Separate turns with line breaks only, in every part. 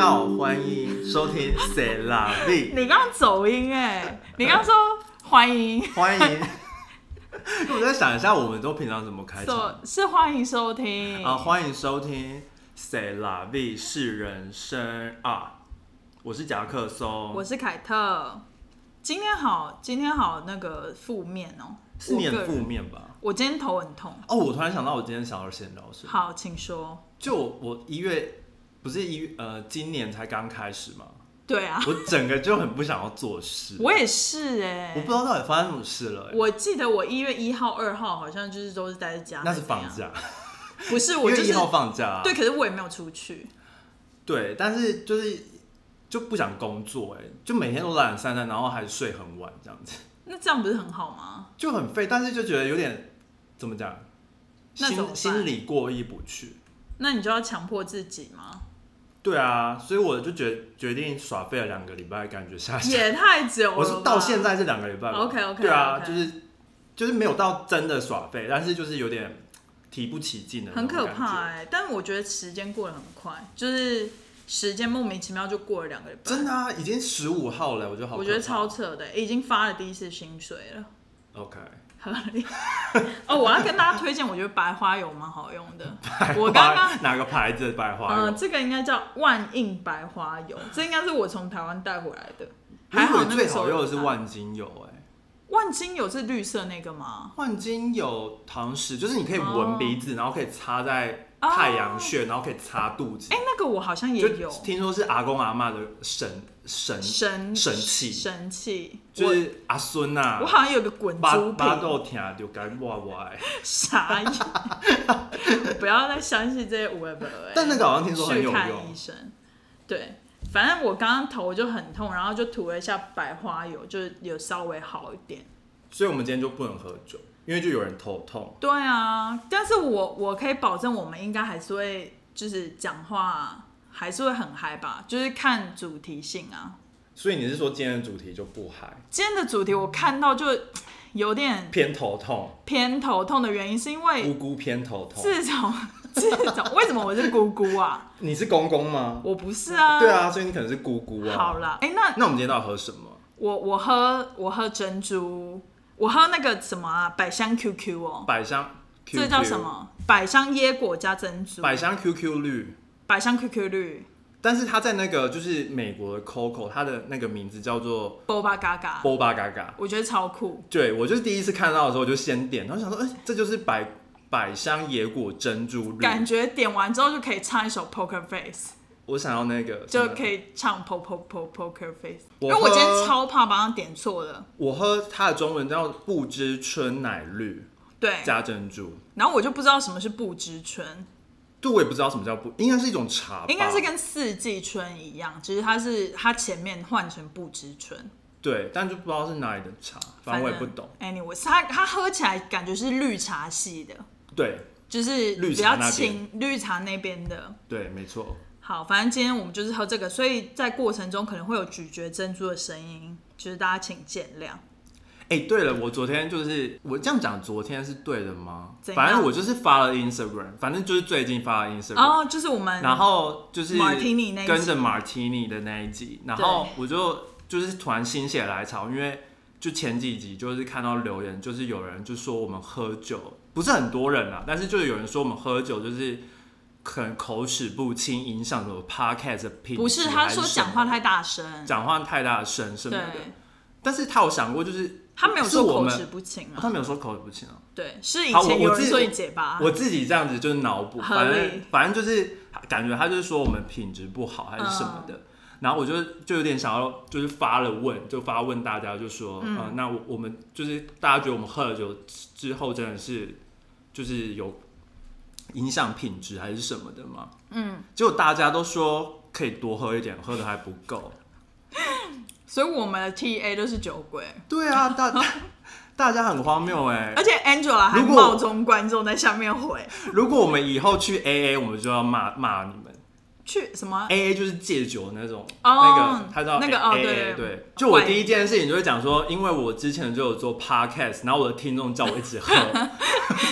好，欢迎收听《谁拉 力
你刚刚走音哎、你刚刚说欢迎》，
欢迎。我在想一下，我们都平常怎么开场
收是欢迎收听，
啊？欢迎收听《谁拉力是人生啊》，我是夹克松，
我是凯特。今天好，今天好那个负面哦、
是
我
念
个
负
人，
面吧？
我今天头很痛。
哦，我突然想到，我今天想要先聊什么？
好，请说。
就我一月不是一月呃，今年才刚开始嘛，
对啊，
我整个就很不想要做事，
我也是哎、
我不知道到底发生什么事了、欸
我记得我一月一号、二号好像就是都是待在家，啊
那是放，假，
不是
因
我
为
就是
一号放假、啊，
对，可是我也没有出去。
对，但是就是就不想工作、哎，就每天都懒懒散散，然后还睡很晚这样子，
那这样不是很好吗？
就很废，但是就觉得有点怎么讲，
那怎么
心
办
心里过意不去。
那你就要强迫自己吗？
对啊，所以我就决决定耍废了两个礼拜，感觉下去。
也太久了吧。
哎我是到现在是两个礼拜吧
OK，OK，
对啊
OK
就是就是没有到真的耍废，但是就是有点提不起劲的那
很
种
可
感觉
怕哎、但我觉得时间过得很快，就是时间莫名其妙就过了两个礼拜，
真的啊，已经十五号了，我觉得好可怕，哦
我觉得超扯的欸、已经发了第一次薪水了。
OK。
合理 哦，我要跟大家推荐，我觉得白花油蛮好用的。我 刚刚，
哪个牌子的白花油？
呃，这个应该叫万应白花油，这应该是我从台湾带回来的。
我以
还好
为
那
最
个时候
好
有
用的是
带
万金油、哎，
万金油是绿色那个吗？
万金油堂食就是你可以闻
哦
鼻子，然后可以擦在
哦
太阳穴，然后可以擦肚子。
哎、那个我好像也
就
有
听说是阿公阿妈的神神，
神
神器
神器，
就
我
是阿孙呐、
我好像有个滚
巴
珠
巴
瓶。
豆听就该哇哇哎。
傻眼， 不要再相信这些无为不为。
但那个好像听说很有
去看医
用，
生，对，反正我刚刚头就很痛，然后就涂了一下百花油，就是有稍微好一点。
所以我们今天就不能喝酒，因为就有人头痛。
对啊，但是我我可以保证，我们应该还是会就是讲话还是会很嗨吧，就是看主题性啊。
所以你是说今天的主题就不嗨，
今天的主题我看到就有点
偏头痛，
偏头痛的原因，是因
姑
为
姑偏头痛。
自从 自从为什么我是姑姑啊？
你是公公吗？
我不是啊。
对啊，所以你可能是姑姑啊。
好啦，哎、那
那我们今天到底喝什么？
我我喝我喝珍珠，我喝那个什么啊，百香 QQ 哦，
百香 QQ，
这叫什？么？百香椰果加珍珠，
百香 QQ 绿，
百香 QQ 绿
但是它在那个就是美国的 Coco，它的那个名字叫做
，Boba Gaga，
Boba Gaga。
我觉得超酷。
对我就是第一次看到的时候，我就先点，然后想说，哎、这就是百百香野果珍珠绿，
感觉点完之后就可以唱一首 Poker Face，
我想要那个
就可
以。
以唱 Po Po Po Poker Face。
我
因为我今
喝
天超怕把它点错了，
我喝它的中文叫不知春奶绿
对，
加珍珠，
然后我就不知道什么是不知春，
对我也不知道什么叫不，应该是一种茶吧，
应该是跟四季春一样，只是它是它前面换成不知春。
对，但就不知道是哪里的茶，反正我也不懂。。
Anyway，它它喝起来感觉是绿茶系的，
对
就是
绿
比
茶
较
那边
清绿茶那边的。
对，没错，
好，反正今天我们就是喝这个，所以在过程中可能会有咀嚼珍珠的声音，就是大家请见谅。
哎、对了，我昨天就是我这样讲，昨天是对的吗？
怎样
反正我就是发了 Instagram，反正就是最近发了 Instagram，、
哦，就是我们
然后就是
Martini 那一集
跟着 Martini 的那一集，然后我就就是突然心血来潮，因为就前几集就是看到留言，就是有人就说我们喝酒，不是很多人啊啦，但是就是有人说我们喝酒就是。可能口齿不清，影响什么 podcast 的品质
不是他
还
说
什么
讲话太大声，
讲话太大声什么的，
对，
但是他有想过，就是
他没有
是
说
我
口
们
齿不清
哦他
啊，
没有说口齿不清啊，
对，是以
好我
前
我
有
自
人
己
说你结巴，
我自己这样子就是脑补，
合
反正
理
反正就是感觉他就是说我们品质不好还是什么的，然后我就就有点想要就是发了问，就发问大家就说，嗯，那我我们就是大家觉得我们喝了酒之后真的是就是有影响品质还是什么的吗？嗯，结果大家都说可以多喝一点，喝的还不够。
所以我们的 TA 都是酒鬼，
对 啊，大大大家很荒谬哎、
而且 Angela 还
如果
冒充观众在下面回
如果我们以后去 AA，我们就要骂骂你们。
去什么
AA 就是戒酒那种，
哦
那个他叫
那个
AA，
哦
对
对
就我
怪
第一件事情就会讲说，因为我之前就有做 podcast，然后我 的听众叫我一直喝，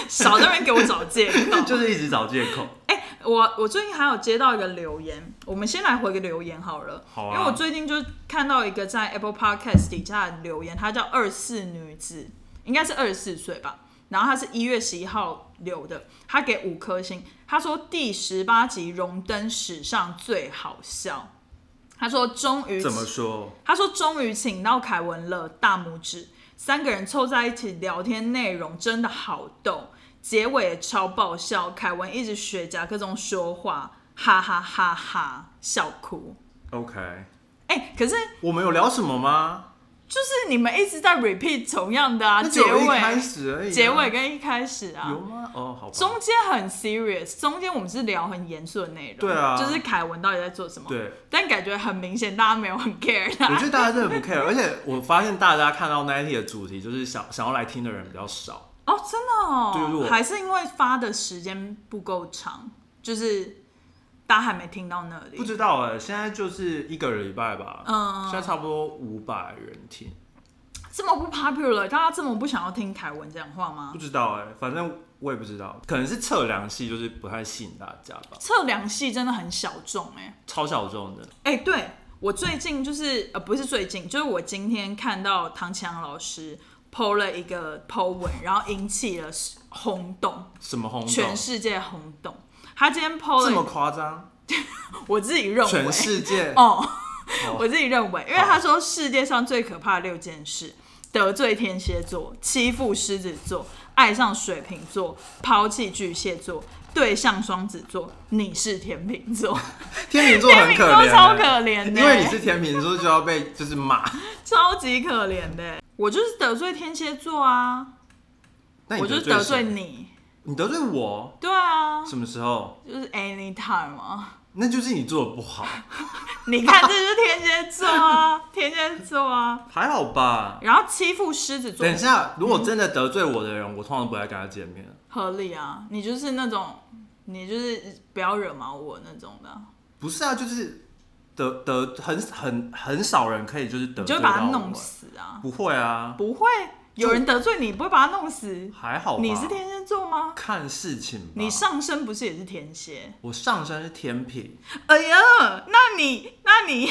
少在那边给我找借口，
就是一直找借口。
哎、我我最近还有接到一个留言，我们先来回个留言好了，
好啊
因为我最近就看到一个在 Apple Podcast 底下的留言，她叫二四女子，应该是二十四岁吧，然后她是一月十一号留的，她给五颗星，她说第十八集荣登史上最好笑，她说终于
怎么说？
他说终于请到凯文了，大拇指。三个人凑在一起聊天，内容真的好逗，结尾也超爆笑。凯文一直学夹克中说话，哈哈哈哈，笑哭。
OK，
哎、可是
我们有聊什么吗？
就是你们一直在 repeat 同样的啊，
那
结
只有一开
尾、
始而已啊、
结尾跟一开始啊，
有吗？哦，好吧。
中间很 serious，中间我们是聊很严肃的内容，
对啊
就是凯文到底在做什么，
对，
但感觉很明显大家没有很 care 他
我觉得大家真的不 care，而且我发现大家看到那一题的主题，就是想想要来听的人比较少。
哦，真的哦，
对就是我
还是因为发的时间不够长，就是大家还没听到那
不
里。
知道哎、现在就是一个礼拜吧，
嗯，
现在差不多五百人听。
这么不 popular，大家这么不想要听凯文讲话吗
不？知道哎、反正我也不知道，可能是测量系就是不太吸引大家吧，
测量系真的很小众哎、
超小众的。
哎、对我最近就是呃，不是最近，就是我今天看到唐启阳老师 PO 了一个 PO 文，然后引起了轰动，
什么轰动
全？世界轰动。他今天 PO
这么
了一，
夸张？
我自己认为
全世界？
哦，
哦
我自己认为，因为他说世界上最可怕的六件事：得罪天蝎座、欺负狮子座、爱上水瓶座、抛弃巨蟹座、对象双子座，你是天秤座，
天秤座
天
很
秤
可
座
怜、
超可
欸，
怜
因
的、
为你是天秤座就要被就是骂。
超级可怜的、欸我就是得罪天蝎座啊，
那你
我就是
谁
得罪，你，
你得罪我
对啊，
什么时候？
就是 anytime 啊。
那就是你做的不好，
你看，这就是天蝎座啊， 天蝎座啊，
还好 吧？
然后欺负狮子座
等一，下，如果真的得罪我的人，我通常不会跟他见面。
合理啊，你就是那种，你就是不要惹毛我那种的啊，
不是啊，就是得得很很很少人可以就是得
你
罪
就
到
会把他
我欸
弄。死啊，
不会啊，
不会有人得罪你，不会把他弄死。
还好吧。
你是天蝎座吗？
看事情吧。
你上身不是也是天蝎？
我上身是天平，
哎呀，那你那你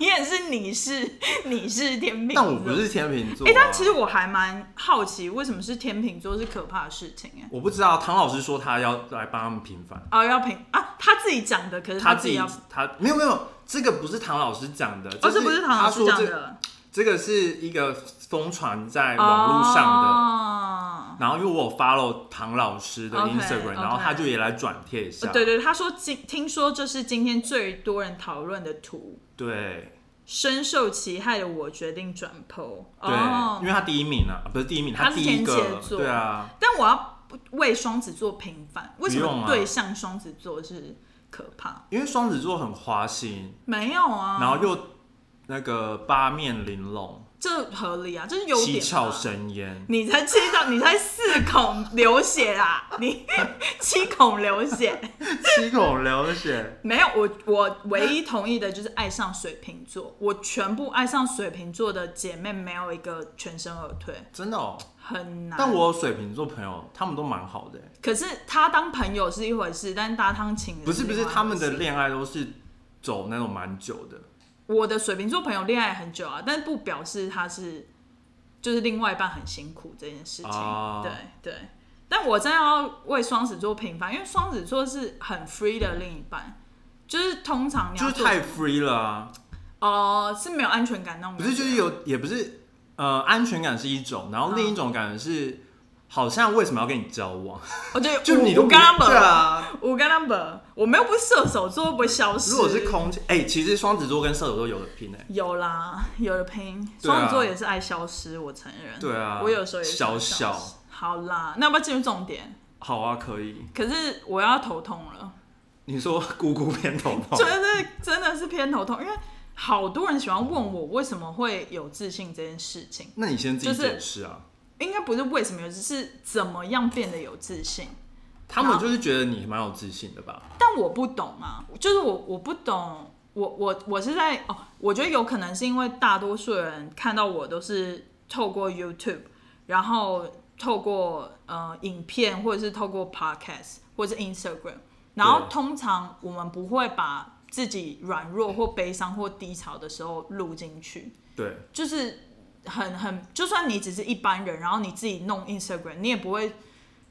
你也是你是你是天秤，
但我不。是天平座、
哎、
啊。
但其实我还蛮好奇，为什么是天秤座是可怕的事情、哎，
我不知道，唐老师说他要来帮他们平反，
哦，要平啊，他自己讲的，可是
他
自
自
己
己
要，
他没有没有，这个不是唐老师讲的，
哦，
这
这不是唐老师
他
讲
说这
的，
这个是一个疯传在网络上的。
哦
然后因为我有 follow 唐老师的
OK，
Instagram，然后
OK
他就也来转贴一下。
呃对对，他说今听说这是今天最多人讨论的图，
对
深受其害的我决定转 PO。
对
哦
因，为他第一名啊，不是第一名，
他是
第一
天蝎
个，
座
对啊，
但我要为双子座平反，为什
不用
么
啊
对象双子座是可怕？
因为双子座很花心，
没有啊，
然后又那个八面玲珑，
这合理啊，这是优
七
点
窍
啊。
生烟。
你才七窍，你才四孔流血啦！你七孔流血，
七孔流血。
没有我，我唯一同意的就是爱上水瓶座。我全部爱上水瓶座的姐妹没有一个全身而退，
真的哦，
很难。
但我有水瓶座朋友，他们都蛮好的欸。
可是他当朋友是一回事，但搭当情人
不是不
另
是，
外一回事
他们的恋爱都是走那种蛮久的。
我的水瓶座朋友恋爱很久啊，但不表示他是就是另外一半很辛苦这件事情。
哦
对对，但我真的要为双子座平反，因为双子座是很 free 的另一半，就是通常你
就
要
是
做
太 free 了啊，
哦、是没有安全感那种
不
感觉，
是就是有也不是，呃，安全感是一种，然后另一种感觉是，好像为什么要跟你交往？
哦对，
就你都
五
不
跟他
对啊。
我跟他们，我们又不是射手座，会不会消失。
如果是空气，哎、其实双子座跟射手座有的拼哎、
有啦，有的拼。
对啊
双子座也是爱消失，我承认。
对啊
我有时候也是
小
爱消失
小。
好啦，那要不要进入重点？
好啊，可以。
可是我要头痛了，
你说姑姑偏头痛
就，是 真的是偏头痛，因为好多人喜欢问我为什么会有自信这件事情，
那你先自己
就是
解释啊。
应该不是为什么有，只是怎么样变得有自信。
他们就是觉得你蛮有自信的吧？
但我不懂啊，就是我我不懂，我我我是在哦，我觉得有可能是因为大多数人看到我都是透过 YouTube，然后透过呃影片或者是透过 Podcast 或者是 Instagram，然后
对
通常我们不会把自己软弱或悲伤或低潮的时候录进去，
对
就是很很，就算你只是一般人，然后你自己弄 Instagram，你也不会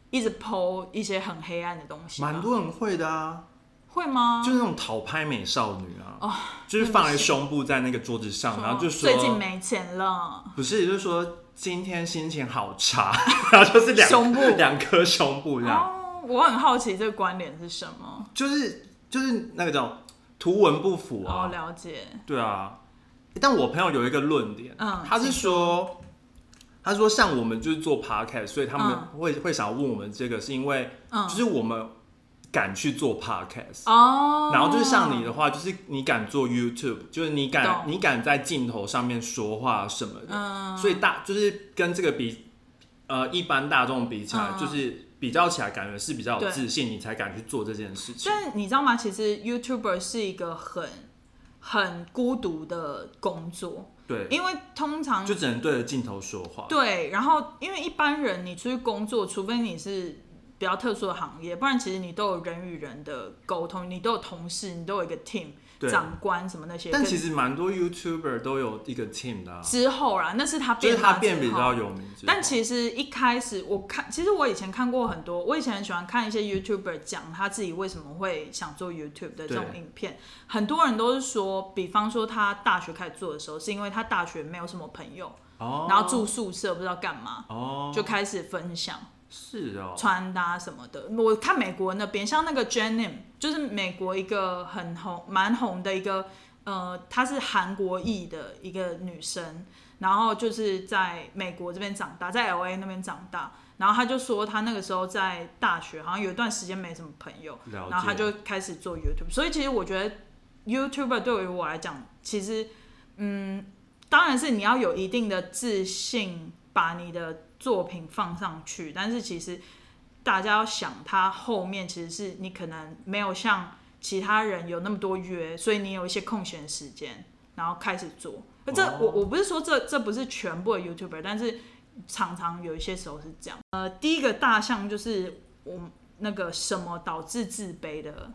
一直 PO 一些很黑暗的东西吧，哦
蛮多人会的啊，
会吗？
就是那种讨拍美少女啊，
哦
就是放了胸部在那个桌子上，然后就说
最近没钱了，
不是，就是说今天心情好差， 然后就是两
胸部
两颗胸部这样，
哦，我很好奇这个关联是什么，
就是就是那个叫图文不符啊，
哦，了解，
对啊。但我朋友有一个论点，
嗯
他是说，他说像我们就是做 podcast，所以他们会、会想要问我们这个，是因为
嗯
就，是我们敢去做 podcast，、
哦，
然后就是像你的话，就是你敢做 YouTube，就是你敢
懂
你敢在镜头上面说话什么的，
嗯
所以大就是跟这个比，呃，一般大众比起来，
嗯
就是比较起来，感觉是比较有
对
自信，你才敢去做这件事情。
但你知道吗？其实 YouTuber 是一个很很孤独的工作，
对，
因为通常
就只能对着镜头说话。
对，然后因为一般人你出去工作，除非你是比较特殊的行业，不然其实你都有人与人的沟通，你都有同事，你都有一个 team
对
长官什么那些。
但
跟
其实蛮多 YouTuber 都有一个 team 的、啊，
之后啦，那是他
就
变
是他
大
变
之
比
后
较有名之后。
但其实一开始我看，其实我以前看过很多，我以前很喜欢看一些 YouTuber 讲他自己为什么会想做 YouTube 的这种
对
影片。很多人都是说，比方说他大学开始做的时候，是因为他大学没有什么朋友，
哦，
然后住宿舍不知道干嘛，
哦，
就开始分享
是哦，
穿搭什么的。我看美国那边，像那个 Jenny，就是美国一个很红、蛮红的一个，呃，她是韩国裔的一个女生，然后就是在美国这边长大，在 LA 那边长大。然后她就说，她那个时候在大学好像有一段时间没什么朋友，
了解。
然后她就开始做 YouTube。所以其实我觉得 YouTuber 对于我来讲，其实嗯，当然是你要有一定的自信，把你的作品放上去。但是其实大家要想，它后面其实是你可能没有像其他人有那么多约，所以你有一些空闲时间，然后开始做。这
哦
我我不是说这这不是全部的 YouTuber，但是常常有一些时候是这样。呃，第一个大项就是我们那个什么导致自卑的，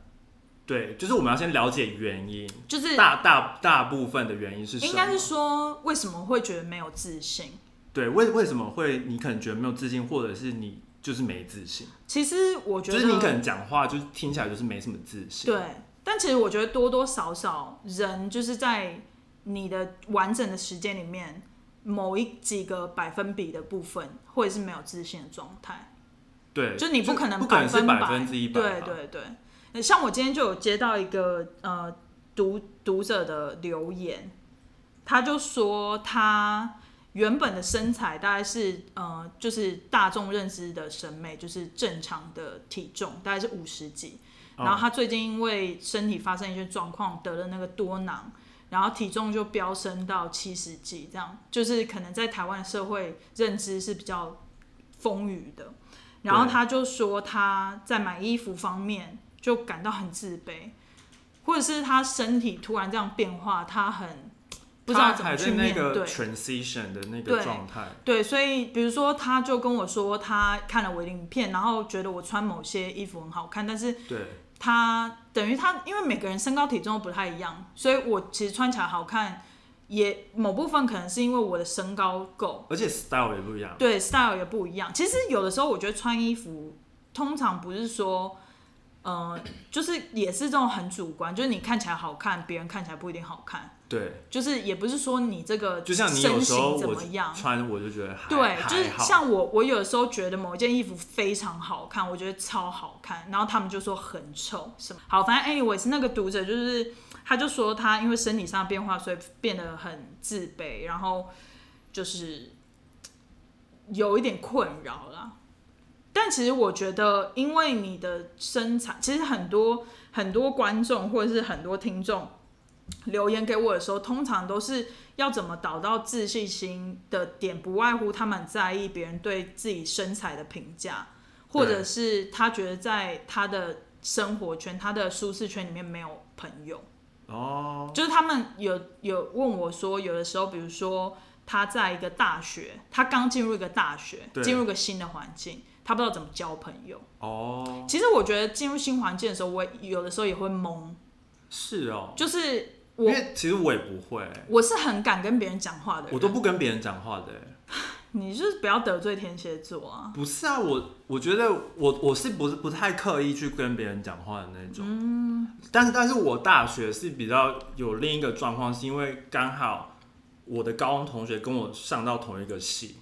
对，就是我们要先了解原因，
就是
大大大部分的原因是什么？
应该是说为什么会觉得没有自信。
对，为为什么会你可能觉得没有自信，或者是你就是没自信，
其实我觉
就
得
是你可能讲话就是听起来就是没什么自信。
对，但其实我觉得多多少少人就是在你的完整的时间里面，某一几个百分比的部分，或者是没有自信的状态，
对，
就你
不
不可
不
能
可能是
分百
百分之一百
对
吧。哦
对对，呃像我今天就有接到一个呃读读者的留言，他就说他。原本的身材大概是呃，就是大众认知的审美，就是正常的体重，大概是五十几。
嗯
然后他最近因为身体发生一些状况，得了那个多囊，然后体重就飙升到七十几，这样就是可能在台湾社会认知是比较丰腴的。然后
对
他就说他在买衣服方面就感到很自卑，或者是他身体突然这样变化，他很不知
他
道怎么
还在
去面
那
对。
个 transition 的那
对
个状态，
对，所以比如说，他就跟我说，他看了我的影片，然后觉得我穿某些衣服很好看，但是
对
他等于他，因为每个人身高体重都不太一样，所以我其实穿起来好看，也某部分可能是因为我的身高够，
而且 style 也不一样。
对 style 也不一样。其实有的时候我觉得穿衣服通常不是说，呃，就是也是这种很主观，就是你看起来好看，别人看起来不一定好看，
对，
就是也不是说你这个
就像你有
呃身
时候
形怎
我
么样。
穿，我就觉得还
对，
还
就是
好
像我，我有的时候觉得某一件衣服非常好看，我觉得超好看，然后他们就说很丑什么。好，反正 anyways，那个读者就是他就说他因为身体上的变化，所以变得很自卑，然后就是有一点困扰啦。但其实我觉得，因为你的身材，其实很多很多观众或者是很多听众留言给我的时候，通常都是要怎么导到自信心的点，不外乎他们很在意别人对自己身材的评价，或者是他觉得在他的生活圈、他的舒适圈里面没有朋友。
哦，
就是他们有有问我说，有的时候，比如说他在一个大学，他刚进入一个大学，
对
进入一个新的环境，他不知道怎么交朋友。
哦，
其实我觉得进入新环境的时候，我有的时候也会懵，
是哦，
就是
因
我
为其实我也不会，
我是很敢跟别人讲话的人，
我都不跟别人讲话的欸。
你就是不要得罪天蝎座啊。
不是啊，我我觉得我我是不是不太刻意去跟别人讲话的那种，嗯，但是但是我大学是比较有另一个状况，是因为刚好我的高中同学跟我上到同一个系，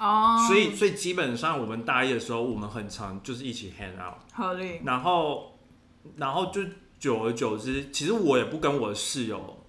哦，
所以所以基本上我们大一的时候，我们很常就是一起 hang out，
合理，
然后然后就久而久之，其实我也不跟我的室友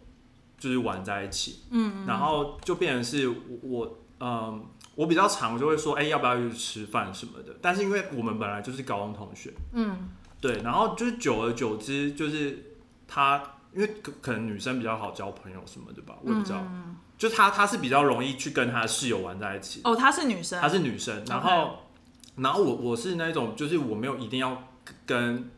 就是玩在一起，
嗯，嗯
然后就变成是我我嗯，我比较常就会说，哎、要不要去吃饭什么的。但是因为我们本来就是高中同学，
嗯，
对，然后就是久而久之，就是他因为可可能女生比较好交朋友什么的吧，我也不知道，
嗯
就他他是比较容易去跟他的室友玩在一起，
哦，她是女生，
她是女生，然后然后我我是那种就是我没有一定要跟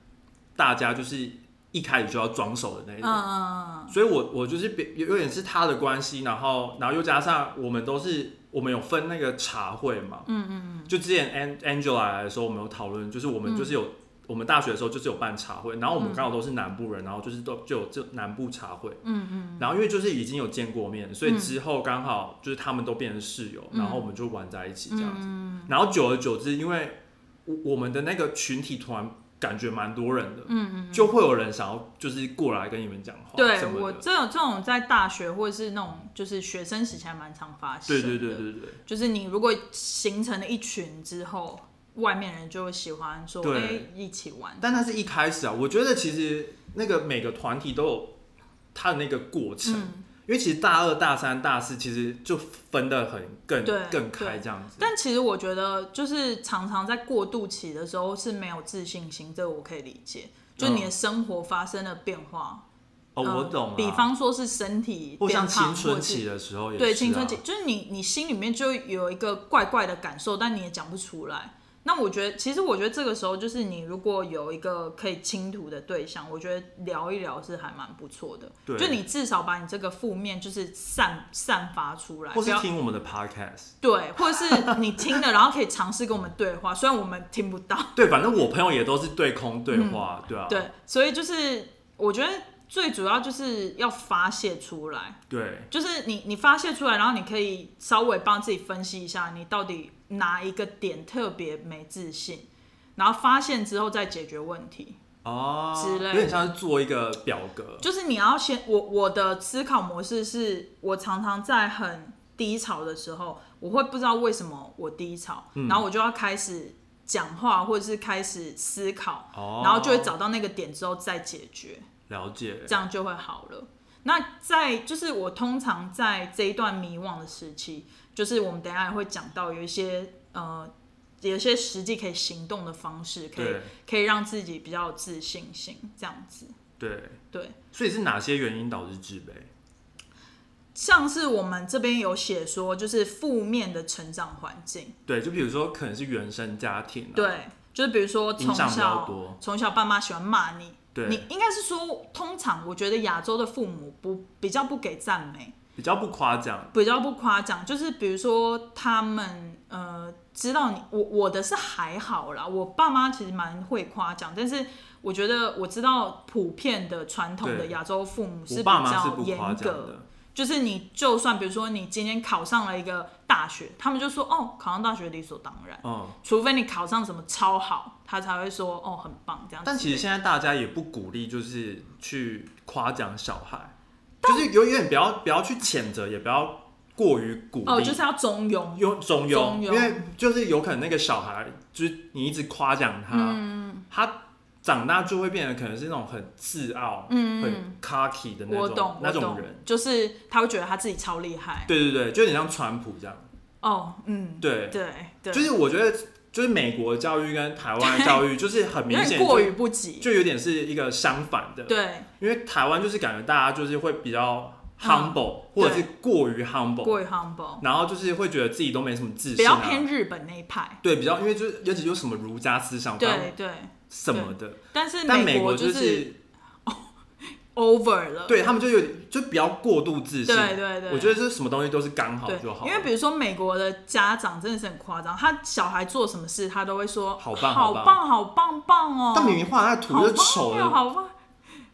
大家就是一开始就要装熟的那一
嗯
种。
嗯，嗯
所以我我就是别有有点是他的关系，然后然后又加上我们都是我们有分那个茶会嘛，
嗯嗯
就之前 An Angela 来的时候，我们有讨论，就是我们
嗯
就是有、我们大学的时候就是有办茶会，然后我们
嗯
刚好都是南部人，然后就是都就有这南部茶会，
嗯嗯
然后因为就是已经有见过面，所以
嗯
之后刚好就是他们都变成室友，
嗯
然后我们就玩在一起这样子，
嗯
然后久而久之，因为我我们的那个群体突然感觉蛮多人的
嗯，嗯，
就会有人想要就是过来跟你们讲话，
对
什么
我
的
这种这种在大学或者是那种就是学生时期还蛮常发
对
生的，
对对对对。
就是你如果形成了一群之后，外面人就会喜欢说，哎、
对
一起玩，
但那是一开始啊，我觉得其实那个每个团体都有它的那个过程，
嗯，
因为其实大二、大三、大四其实就分得很更
对
更开这样子。
但其实我觉得，就是常常在过渡期的时候是没有自信心，这个我可以理解。就你的生活发生了变化，
哦，
嗯
我懂了。
比方说是身体
或
变
像
胖，
青
或
春
是
期的时候也是、啊，
对青春期，就是你你心里面就有一个怪怪的感受，但你也讲不出来。那我觉得，其实我觉得这个时候，就是你如果有一个可以倾吐的对象，我觉得聊一聊是还蛮不错的。
对
就你至少把你这个负面就是散散发出来，
或
不
是
要
听我们的 podcast。
对，或者是你听了，然后可以尝试跟我们对话，虽然我们听不到。
对，反正我朋友也都是对空对话，对啊，
对，所以就是我觉得最主要就是要发泄出来。
对
就是你你发泄出来，然后你可以稍微帮自己分析一下，你到底哪一个点特别没自信，然后发现之后再解决问题。
哦，
之类的
有点像是做一个表格，
就是你要先，我我的思考模式是我常常在很低潮的时候，我会不知道为什么我低潮，
嗯
然后我就要开始讲话，或者是开始思考，
哦，
然后就会找到那个点之后再解决。
了解，
这样就会好了。那在就是我通常在这一段迷惘的时期，就是我们等一下也会讲到有一些呃，有一些实际可以行动的方式，可以
对
可以让自己比较有自信心，这样子。
对，
对，
所以是哪些原因导致自卑？
像是我们这边有写说，就是负面的成长环境，
对，就比如说可能是原生家庭、啊，
对，就是比如说从
影响比较
小
多，
从小爸妈喜欢骂你，
对，
你应该是说，通常我觉得亚洲的父母不比较不给赞美，
比较不夸奖，
比较不夸奖，就是比如说他们呃知道你我我的是还好啦，我爸妈其实蛮会夸奖，但是我觉得我知道普遍的传统的
对
亚洲父母是
我
比
爸妈是
较
不夸奖
严格，
的，
就是你就算比如说你今天考上了一个大学，他们就说哦考上大学理所当然，
嗯。
除非你考上什么超好，他才会说哦很棒这样子。
但其实现在大家也不鼓励，就是去夸奖小孩，就是有点不要不要去谴责，也不要过于鼓励，
哦就是要中庸，
用中
中
庸，
庸
因为就是有可能那个小孩，就是你一直夸奖他，
嗯
他长大就会变得可能是那种很自傲、
嗯
很 cocky 的那
我懂
种
我
那种
懂
人。，
就是他会觉得他自己超厉害。
对对对，就有点像川普这样。
哦，嗯，
对，
对对，
就是我觉得，就是美国教育跟台湾的教育，就是很明
有
显
点
就
过于不及。
就有点是一个相反的。
对，
因为台湾就是感觉大家就是会比较
嗯
humble，、或者是过于 humble，
过于 humble，
然后就是会觉得自己都没什么自
比
信、啊，
较偏日本那一派。
对，比较因为就是尤其就是什么儒家思想，反正
对对，
什么的，
但是
但美
国
就是是
over 了。
对他们就有点就不要过度自信。
呃对对对
我觉得这什么东西都是刚好
对
就好，
因为比如说美国的家长真的是很夸张，他小孩做什么事，他都会说
好棒
好
好
棒，
棒
好棒棒哦，
但明明画那
好
图
棒
就丑
哦
了，
好棒，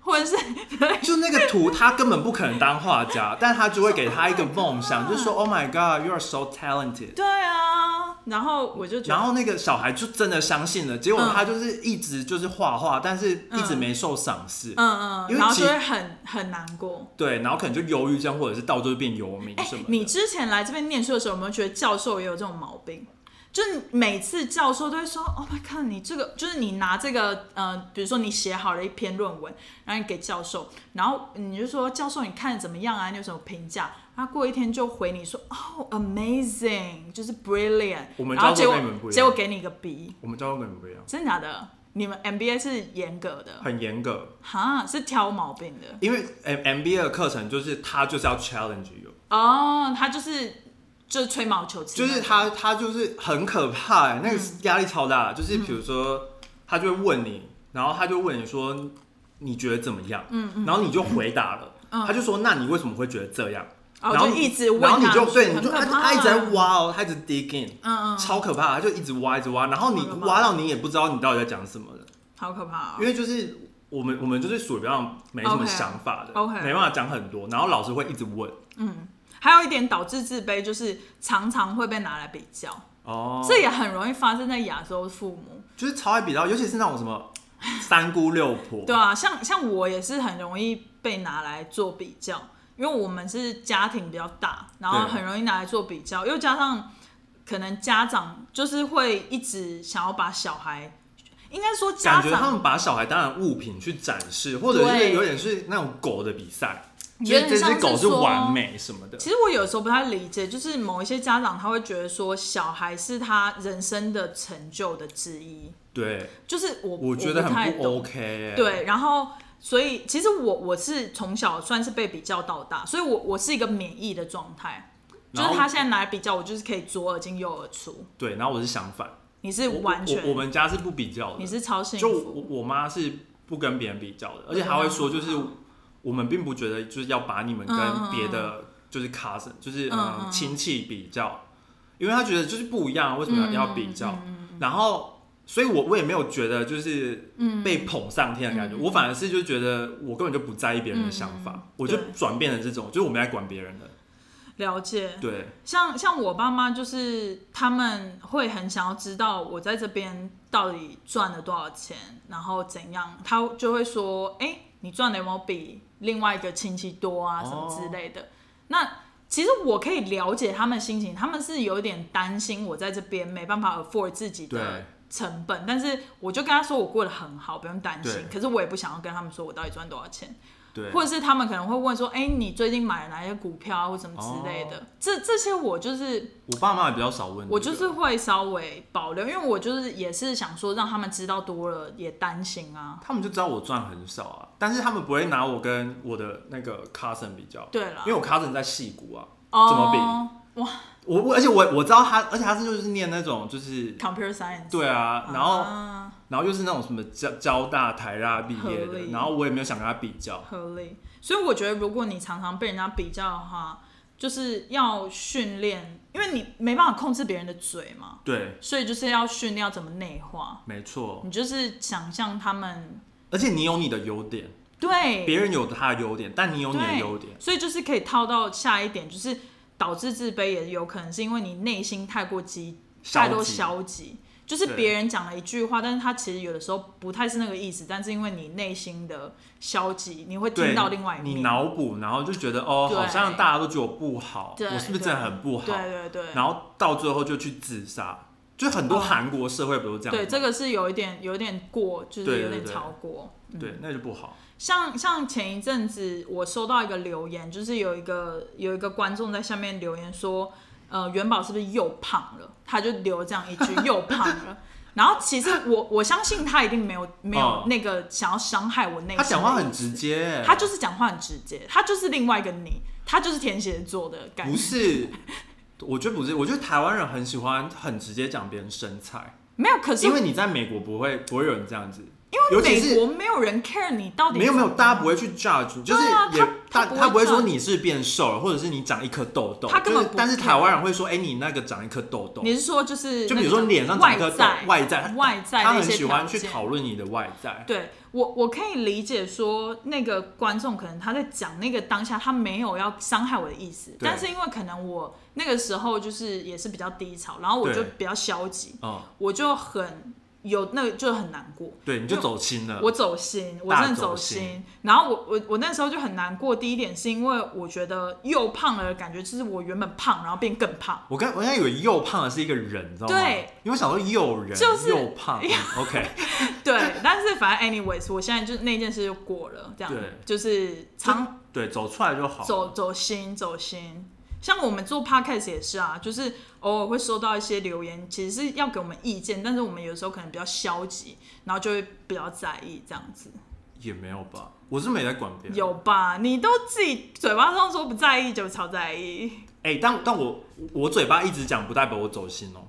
或者是对
就那个图，他根本不可能当画家， 但他就会给他一个梦想，就
嗯
说 “Oh my God, you are so talented”。
对啊，然后我就觉
然
得，
后那个小孩就真的相信了，结果
嗯
他就是一直就是画画，但是一直没受赏识。
嗯
因
嗯，
为
然后
其
就会很很难过。
对，然后可能就忧郁症，或者是到最后变游民
哎、
什么的。
你之前来这边念书的时候，有没有觉得教授也有这种毛病？就是每次教授都会说：“Oh my god，你这个就是你拿这个呃，比如说你写好了一篇论文，然后你给教授，然后你就说教授你看得怎么样啊？你有什么评价？”他过一天就回你说：“哦、a m a z i n g 就是 brilliant。”
我们
然后
教授
结果
跟你们不一样
结果给你一个 B，
我们教授跟你们不一样，
真的假的？你们 MBA 是严格的，
很严格，
哈，是挑毛病的
因为 M M B A 的课程就是他就是要 challenge you，
哦。他就是就是吹毛求疵
就
那种，
是他他就是很可怕、欸，那个
嗯
压力超大。就是比如说，他就会问你，然后他就问你说你觉得怎么样？嗯嗯，然后你就回答了，他就说那你为什么会觉得这样？
嗯哦
然后
就
你
一直问
然后你
他
就对，
很
你就
可
他
怕
他一直在挖哦，他一直 dig in，
嗯嗯，
超可怕，他就一直挖一直挖，然后你
好可怕
挖到你也不知道你到底在讲什么了，
好可怕、哦
因。为就是我们我们就是属于比较没什么
OK 啊
想法的
OK
没办法讲很多，然后老师会一直问
还有一点导致自卑，就是常常会被拿来比较，
哦，
这也很容易发生在亚洲父母。
就是超爱比较，尤其是那种什么三姑六 婆，
对啊，像像我也是很容易被拿来做比较，因为我们是家庭比较大，然后
对
很容易拿来做比较，又加上可能家长就是会一直想要把小孩，应该说家
感觉他
长
们把小孩当成物品去展示，或者是
对
有点是那种狗的比赛，就
有
是
点
这
像
只
是
狗是
说
完美什么的。
其实我有时候不太理解，就是某一些家长他会觉得说小孩是他人生的成就的之一，
对，
就是我
我觉得很不 OK 欸、
对，然后所以其实我我是从小算是被比较到大，所以我我是一个免疫的状态，就
然后
是他现在拿来比较，我就是可以左耳进右耳出，
对，然后我是相反，
你是
我我
完全
我我们家是不比较的，
你是超幸
就
福，
我我妈是不跟别人比较的，而且
嗯
还会说，就是我们并不觉得就是要把你们跟
嗯嗯
别的就是 cousin，就是
嗯
嗯
嗯
亲戚比较，因为她觉得就是不一样，为什么
嗯
要要比较？然后，所以我我也没有觉得就是
嗯
被捧上天的感觉，我反而是就觉得我根本就不在意别人的想法，我就
嗯对
转变成这种，就是我没在管别人的，
了解。
对，
像像我爸妈就是他们会很想要知道我在这边到底赚了多少钱，然后怎样，他就会说：“哎、你赚的有没有比另外一个亲戚多啊？什么
哦
之类的。那其实我可以了解他们心情，他们是有点担心我在这边没办法 afford 自己的
对
成本，但是我就跟他说我过得很好，不用担心
对。
可是我也不想要跟他们说我到底赚多少钱。
对，
或者是他们可能会问说，哎、你最近买了哪些股票啊，或什么之类
哦
的。这这些我就是
我爸妈也比较少问这个，
我就是会稍微保留，因为我就是也是想说让他们知道多了也担心啊。
他们就知道我赚很少啊，但是他们不会拿我跟我的那个 cousin 比较，
对了，
因为我 cousin 在戏谷啊，
哦
怎么我我而且我我知道他，而且他是就是念那种就是
比 computer science？
对啊，然后
啊、
然后又是那种什么交交大、台大毕业
合
的，
理
然后我也没有想跟他比较，
合理。所以我觉得，如果你常常被人家比较的话，就是要训练，因为你没办法控制别人的嘴嘛，
对，
所以就是要训练要怎么内化。
没错，
你就是想象他们
而且你有你的优点，
对
别人有他的优点，但你有你的
对，
优点，
所以就是可以套到下一点，就是导致自卑也有可能是因为你内心太过激，
消极
太多消极，就是
对
别人讲了一句话，但是他其实有的时候不太是那个意思，但是因为你内心的消极，你会听
对
到另外，一
你
面。
脑补，然后就觉得哦，
对
好像大家都觉得我不好，
对
我是不是真的很不好？
对对对，
然后到最后就去自杀，就很多韩国社会不是这样吗，
哦对这个是有一点有一点过，就是
对
有
对
点
对
超过。
对，那就不好。
像像前一阵子我收到一个留言，就是有一个有一个观众在下面留言说，呃，元宝是不是又胖了？他就留这样一句又胖了。 然后其实我我相信他一定没有没有
嗯
那个想要伤害我内心的
他
意思。
讲话很直接，
嗯他就是讲话很直接，他就是另外一个你，他就是天蝎座的感
不
觉。
是，我觉得不是，我觉得台湾人很喜欢很直接讲别人身材，
没有，可是
因为你在美国不会不会有人这样子，
因
尤
为
其
美
是
国没有人 care 你到底
没有没有，
怎么
大家不会去 judge，你就是
对啊
也、
他
大他
他不
不
会
会说
judge
你是变瘦了，或者是你长一颗痘痘，
他根本
就是
不
但是
care
台湾人会说，哎、你那个长一颗痘痘，
你是说就是
就
那
比如说
个
脸上长
外
一颗痘
在，
外在，
外在
他
的一
很
些
喜欢
条
去
件
讨论你的外在，
对我，我可以理解说，那个观众可能他在讲那个当下，他没有要伤害我的意思，但是因为可能我那个时候就是也是比较低潮，然后我就
对
比较消极，
嗯，
我就很有那个就很难过，
对，你就走心了，
我走心，我
呃大
真的
走
走
心
心。然后我我我那时候就很难过，第一点是因为我觉得又胖了，感觉就是我原本胖，然后变更胖。
我刚我刚以为又胖的是一个人，你知道吗？
对，
因为我想说又人
就是
又胖嗯，OK，
对，但是反正 anyways，我现在就那件事就过了，这样
对
就是长
对，走出来就好。
走走心走心。像我们做 podcast 也是啊，就是偶尔会收到一些留言，其实是要给我们意见，但是我们有时候可能比较消极，然后就会比较在意这样子。
也没有吧，我是没在管别人。
有吧？你都自己嘴巴上说不在意，就超在意。
哎、但但我我嘴巴一直讲，不代表我走心哦、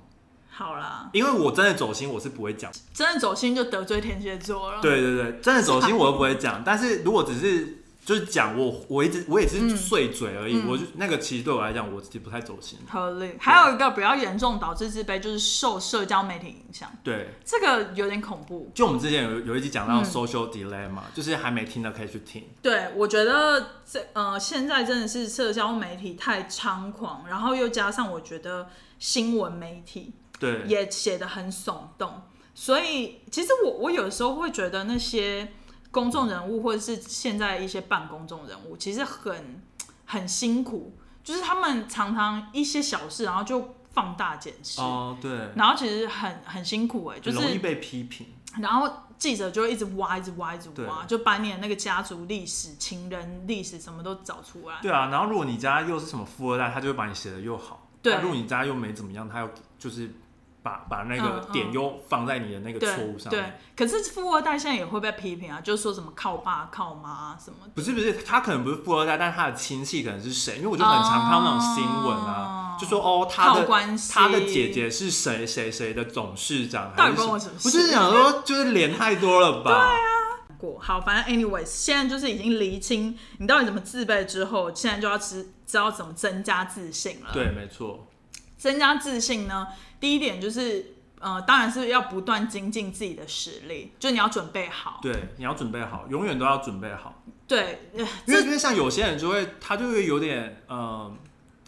好啦，
因为我真的走心，我是不会讲。
真的走心就得罪天蝎座了。，
对对对，真的走心我都不会讲。但是如果只是就是讲我，我一直我也
嗯
是碎嘴而已，我就那个其实对我来讲，我自己不太走心。
合理。还有一个比较严重导致自卑，就是受社交媒体影响，
对，
这个有点恐怖。
就我们之前有有一集讲
嗯
到 social delay 嘛，就是还没听的可以去听。
对，我觉得这呃，现在真的是社交媒体太猖狂，然后又加上我觉得新闻媒体
对，
也写得很耸动，所以其实我我有时候会觉得那些公众人物或者是现在一些半公众人物，其实很很辛苦，就是他们常常一些小事，然后就放大解释，
哦，对，
然后其实很很辛苦哎、就是
容易被批评。
然后记者就会一直挖，一直挖，一直挖，
对
就把你的那个家族历史、情人历史什么都找出来。
对啊，然后如果你家又是什么富二代，他就会把你写的又好。
对
那如果你家又没怎么样，他又就是把把那
嗯
个
嗯
点又放在你的那个错
对
误上面。
对，可是富二代现在也会被批评啊，就是说什么靠爸靠妈啊什么的。
不是不是，他可能不是富二代，但是他的亲戚可能是谁？因为我就很常看到那种新闻啊，
哦
就说哦，他
靠
的
关系
他的姐姐是谁谁谁的董事长，
到
还
底
是
关我
什
什
么
么
我
事
就是想 说，就是脸太多了吧？
过好，反正 anyways，现在就是已经厘清你到底怎么自卑之后，现在就要知知道怎么增加自信了。
对，没错，
增加自信呢，第一点就是呃，当然是要不断精进自己的实力，就你要准备好。
对，你要准备好，永远都要准备好，
对，呃
因为因为像有些人就会，他就会有点嗯、呃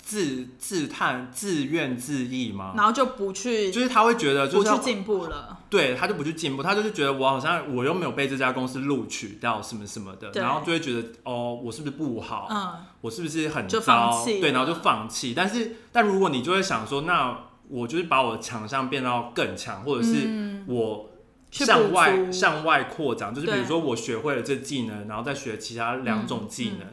自自叹、自怨自艾嘛，
然后就不去
就是他会觉得就
不
是
去
要
进步了。
对他就不去进步，他就是觉得我好像我又没有被这家公司录取到什么什么的，
对
然后就会觉得哦，我是不是不好？
嗯，
我是不是很
就
糟
放弃了
对，然后就放弃。但是，但如果你就会想说，那我就是把我的强项变到更强，或者
嗯
是我
去
向
补
外
足
向外扩展，就是比如
对嗯
说我学会了这技能，然后再学其他两种技能，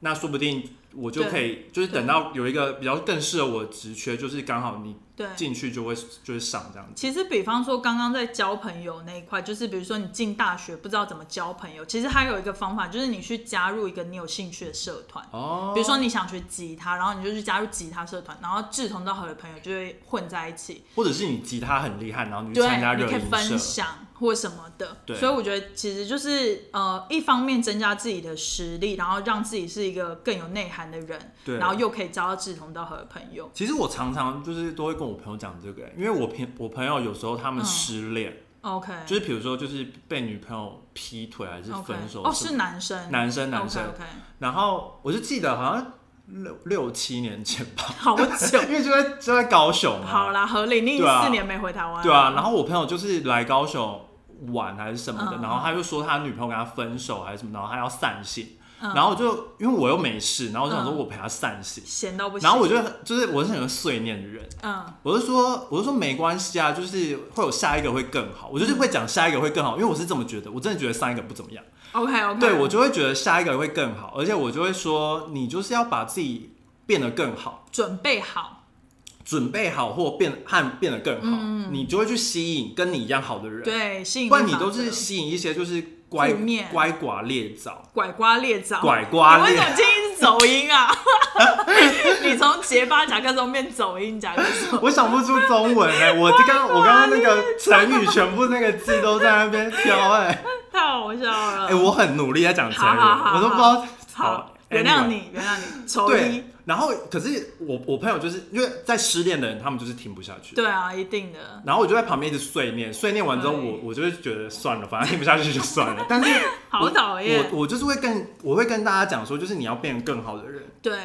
那说不定我就可以，就是等到有一个比较更适合我的职缺，就是刚好你
对。
进去就会就是上这样子。
其实，比方说刚刚在交朋友那一块，就是比如说你进大学不知道怎么交朋友，其实还有一个方法，就是你去加入一个你有兴趣的社团。
哦，
比如说你想学吉他，然后你就去加入吉他社团，然后志同道合的朋友就会混在一起，
或者是你吉他很厉害，然后你去参加
对，你
热
可以
音
分
社，
享或什么的。
对
所以我觉得其实就是呃，一方面增加自己的实力，然后让自己是一个更有内涵的人，
对，
然后又可以交到志同道合的朋友。
其实我常常就是都会跟我朋友讲这个，欸因为我朋我朋友有时候他们
嗯
失恋，
OK，
就是比如说就是被女朋友劈腿还是
OK，
分手什
哦，
么
是男生，
男生男生
o k
然后我就记得好像六六七年前 吧，
好久。
因为就在就在高雄嘛，
好啦，合理，你已
对啊
经四年没回台湾了，
对啊，然后我朋友就是来高雄玩还是什么的，
嗯
然后他就说他女朋友跟他分手还是什么，然后他要散心，
嗯
然后我就因为我又没事，然后我想说
嗯
我陪他散心，
闲到不行。
然后我就就是我是很有碎念的人。
嗯，
我是说，我是说没关系啊，就是会有下一个会更好。我就是会讲下一个会更好，因为我是这么觉得，我真的觉得上一个不怎么样。
OK OK，
对我就会觉得下一个会更好，而且我就会说，你就是要把自己变得更好，
准备好，
准备好或变和变得更好，你就会去吸引跟你一样好的人。
嗯对，吸引
不然
力
你
法
都
则
是吸引一些就是乖
负面
乖寡劣早，
拐瓜裂枣，
拐瓜裂
你为什么今天是走音 啊？你从结巴夹克松变走音夹克松，
我想不出中文哎、我刚 刚我刚刚那个成语全部那个字都在那边飘哎、
太好笑了。
哎、我很努力在讲成语，
好好好
我都不知道。
好，原谅
anyway
你，原谅你，丑
对
一，，
然后可是我我朋友就是因为在失恋的人，他们就是听不下去。
对啊，一定的。
然后我就在旁边一直碎念，碎念完之后我，
对
我就会觉得算了，反正听不下去就算了。但是
好
我
讨厌
我我就是会跟我会跟大家讲说，就是你要变得更好的人，
对，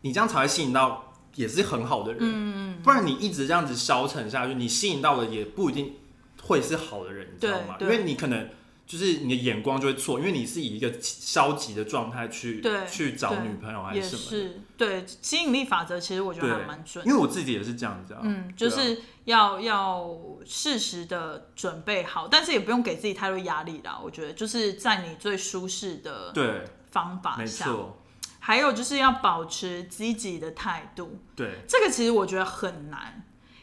你这样才会吸引到也是很好的人。嗯，不然你一直这样子消沉下去，你吸引到的也不一定会是好的人，你知道吗？因
对对
为你可能就是你的眼光就会错，因为你是以一个消极的状态去
对
去找
对
女朋友还
也
是什么的。
是对吸引力法则，其实我觉得还
对
蛮准。
因为我自己也是这样子啊。
嗯，就
对啊
是要、要适时的准备好，但是也不用给自己太多压力啦。我觉得就是在你最舒适
啊
的
对，
方法
没
下，
错，
还有就是要保持积极的态度。
对
这个其实我觉得很难，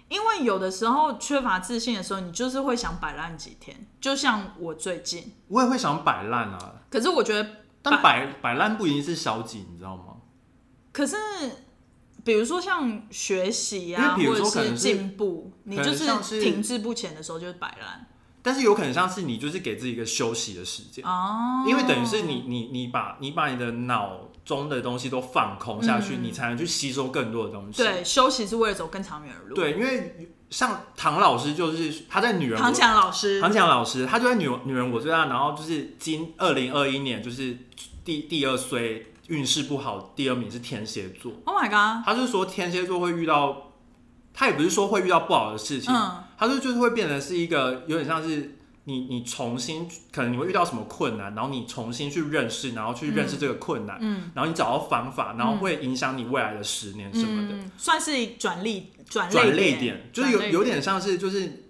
因为有的时候缺乏自信的时候，你就是会想摆烂几天。就像我最近，
我也会想摆烂啊，
可是我觉得，
但摆摆烂不一定是消极，你知道吗？
可是比如说像学习
因
啊，
为比如
或
说
者
可能是
进步，你
可能
就
像是
停滞不前的时候就是摆烂
但是有可能像是你就是给自己一个休息的时间，
哦，
因为等于是你你你把你把你的脑中的东西都放空下去，你才能去吸收更多的东西。
嗯对休息是为了走更长远的路。，
对，因为像唐老师就是他在女人
唐
我
强老师
唐强老师，他就在女女人我最大，然后就是今二零二一年就是第第二岁运势不好，第二名是天蝎座。
，Oh my god，
他是说天蝎座会遇到，他也不是说会遇到不好的事情，
嗯
他就就是会变成是一个有点像是你你重新可能你会遇到什么困难，然后你重新去认识，然后去认识这个困难，
嗯
然后你找到方法，然后会影响你未来的十年什么的。
嗯，算是一转力嗯转
转
类
捩点就是有有点像是就是。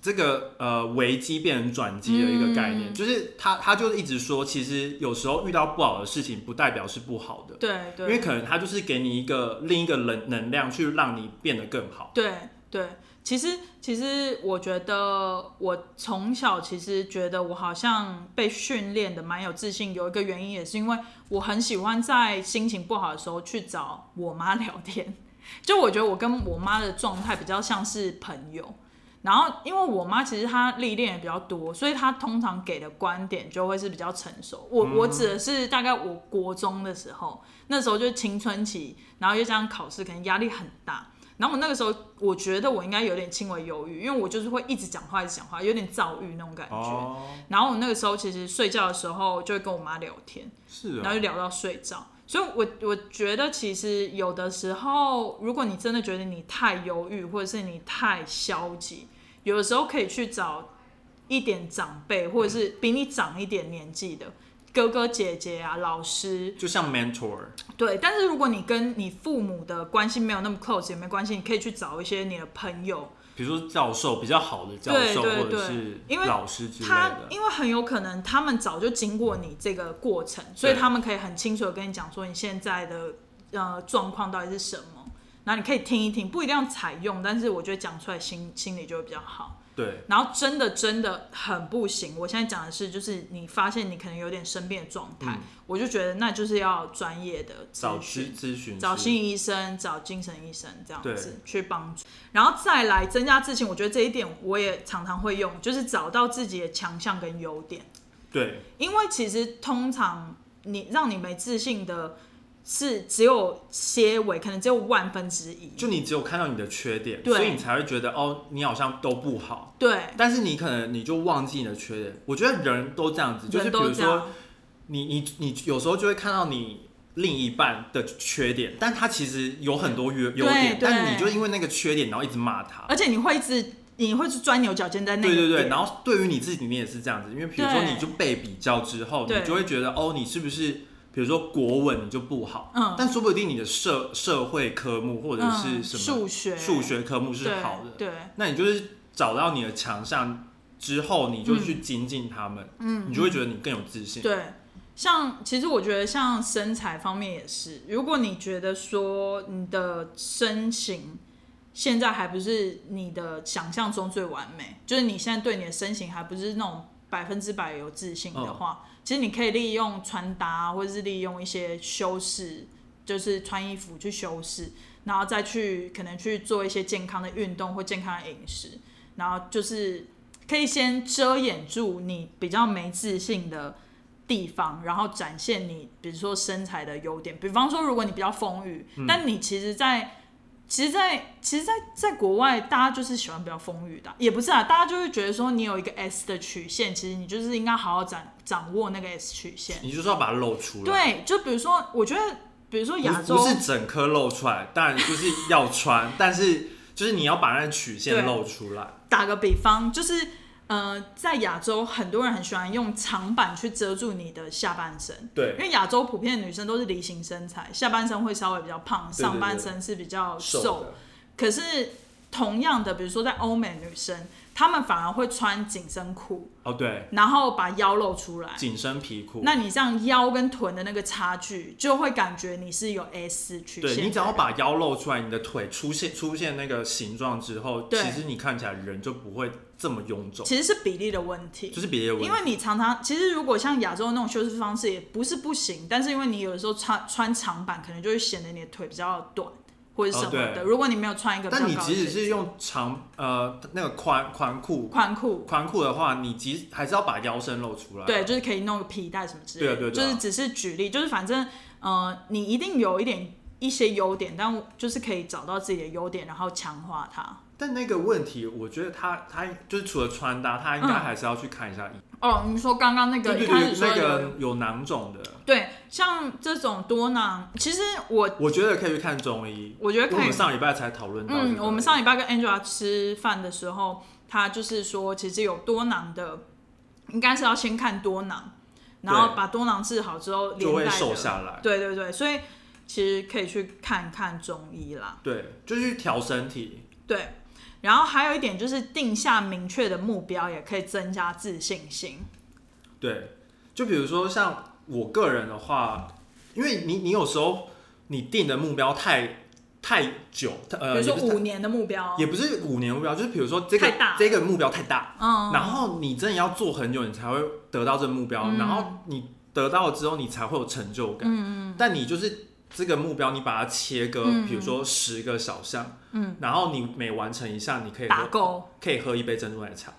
这个呃危机变成转机的一个概念，就是他他就一直说，其实有时候遇到不好的事情，不代表是不好的，
对对，
因为可能他就是给你一个另一个能能量，去让你变得更好。
对对，其实其实我觉得我从小其实觉得我好像被训练的蛮有自信，有一个原因也是因为我很喜欢在心情不好的时候去找我妈聊天，就我觉得我跟我妈的状态比较像是朋友。然后，因为我妈其实她历练也比较多，所以她通常给的观点就会是比较成熟。我我指的是大概我国中的时候，那时候就是青春期，然后又加上考试，可能压力很大。然后我那个时候，我觉得我应该有点轻微忧郁，因为我就是会一直讲话，一直讲话，有点躁郁那种感觉。
哦，
然后我那个时候其实睡觉的时候就会跟我妈聊天，
是
然
啊，
后就聊到睡着。所以我，我觉得其实有的时候，如果你真的觉得你太忧郁，或者是你太消极，有的时候可以去找一点长辈，或者是比你长一点年纪的哥哥姐姐啊、老师，
就像 mentor，
对，但是如果你跟你父母的关系没有那么 close 也没关系，你可以去找一些你的朋友，
比如说教授比较好的教
对
授，
对
或者
对
是
因为
老师之类
他
的。
因为很有可能他们早就经过你这个过程，所以
对
他们可以很清楚的跟你讲说你现在的呃状况到底是什么，然后你可以听一听，不一定要采用，但是我觉得讲出来心 心里就会比较好。
对，
然后真的真的很不行，我现在讲的是就是你发现你可能有点生病的状态，
嗯
我就觉得那就是要专业的
找
咨询
咨咨询师，
找心理医生、找精神医生这样
对
子去帮助，然后再来增加自信。我觉得这一点我也常常会用，就是找到自己的强项跟优点。
对
因为其实通常你让你没自信的是只有些微，可能只有万分之一。
就你只有看到你的缺点，
对
所以你才会觉得哦，你好像都不好。
对，
但是你可能你就忘记你的缺点。我觉得人都这样子，就是
人
比
都
如
这
说
样。
你你你有时候就会看到你另一半的缺点，但他其实有很多优优点
对，
但你
对
就因为那个缺点，然后一直骂他。
而且你会一直，你会去钻牛角尖在那个
对对对，
点
然后对于你自己，你也是这样子，因为比如说
对
你就被比较之后，
对
你就会觉得哦，你是不是比如说国文你就不好，
嗯
但说不定你的社社会科目或者是
嗯
什么
数学
数学科目是
对
好的，
对
那你就是找到你的强项之后，你就去精进他们，
嗯
你就会觉得你更有自信。
对，像其实我觉得像身材方面也是，如果你觉得说你的身形现在还不是你的想象中最完美，就是你现在对你的身形还不是那种百分之百有自信的话，其实你可以利用穿搭或者是利用一些修饰，就是穿衣服去修饰，然后再去可能去做一些健康的运动或健康的饮食，然后就是可以先遮掩住你比较没自信的。地方，然后展现你，比如说身材的优点。比方说，如果你比较丰腴，
嗯
但你其实在，其实在，其实在，在国外，大家就是喜欢比较丰腴的啊，也不是啊，大家就会觉得说，你有一个 S 的曲线，其实你就是应该好好掌掌握那个 S 曲线。
你就是要啊把它露出来。
对，就比如说，我觉得，比如说
不是
亚洲
不是整颗露出来，当然就是要穿， 但是就是你要把那曲线
对
露出来。
打个比方，就是呃，在亚洲，很多人很喜欢用长板去遮住你的下半身。
对
因为亚洲普遍女生都是梨形身材，下半身会稍微比较胖，
对对
上半身是比较瘦。
的
可是同样的，比如说在欧美女生，她们反而会穿紧身裤，
哦，对，
然后把腰露出来。
紧身皮裤。
那你这样腰跟臀的那个差距，就会感觉你是有 S 曲线
对
的。
你只要把腰露出来，你的腿出现出现那个形状之后，
对
其实你看起来人就不会这么臃肿，
其实是比例的问题，
就是别的问题
因为你常常其实如果像亚洲那种修饰方式也不是不行，但是因为你有的时候穿穿长版，可能就会显得你的腿比较短或者什么
哦
的。
对
如果你没有穿一个比较
但你
高的
即使
鞋
是用长呃那个宽宽裤
宽裤，
宽裤的话，你即还是要把腰身露出来。
对，就是可以弄个皮带什么之类的，
啊对啊对啊对啊
就是只是举例，就是反正呃，你一定有一点一些优点，但就是可以找到自己的优点，然后强化它。
但那个问题，我觉得他他就是除了穿搭，他应该
嗯
还是要去看一下医
哦，你说刚刚那个
对对
一开始
对，
说
那
的有
个有囊肿的，
对，像这种多囊，其实我
我觉得可以去看中医。
我觉得
因为
可
我
以
们上礼拜才讨论到这个、
嗯，我们上礼拜跟 Angela 吃饭的时候，她就是说，其实有多囊的，应该是要先看多囊，然后
对
把多囊治好之后，
就
连
会
带
瘦
的
下来。
对对对，所以其实可以去看看中医啦。
对，就去调身体。
对，然后还有一点就是定下明确的目标，也可以增加自信心。
对，就比如说像我个人的话，因为你你有时候你定的目标太太久，
比
呃，
如
也
说
不是
五年的目标，
也不是五年目标，就是比如说这个
太大
这个目标太大，
嗯，
然后你真的要做很久，你才会得到这个目标，
嗯
然后你得到了之后，你才会有成就感。嗯、但你就是这个目标，你把它切割，
嗯
比如说十个小项，
嗯，
然后你每完成一项，你可以
打
喝
勾，
可以喝一杯珍珠奶 茶。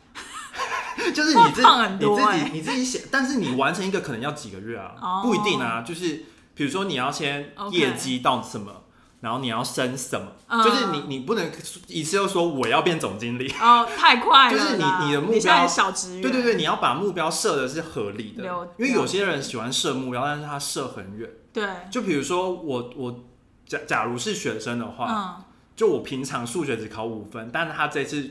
就是你自己
哇胖很
你
多
自
欸
己你自己写，但是你完成一个可能要几个月啊，
哦
不一定啊。就是比如说你要先
OK
业绩到什么然后你要升什么，
嗯
就是你你不能一次就说我要变总经理，
哦，太快了
就
啦，
是你你的目
现在
标
小职员，
对对对，你要把目标设的是合理的
啊了，
因为有些人喜欢设目标，但是他设很远。
对，
就比如说我我假假如是学生的话，
嗯。
就我平常数学只考五分，但是他这次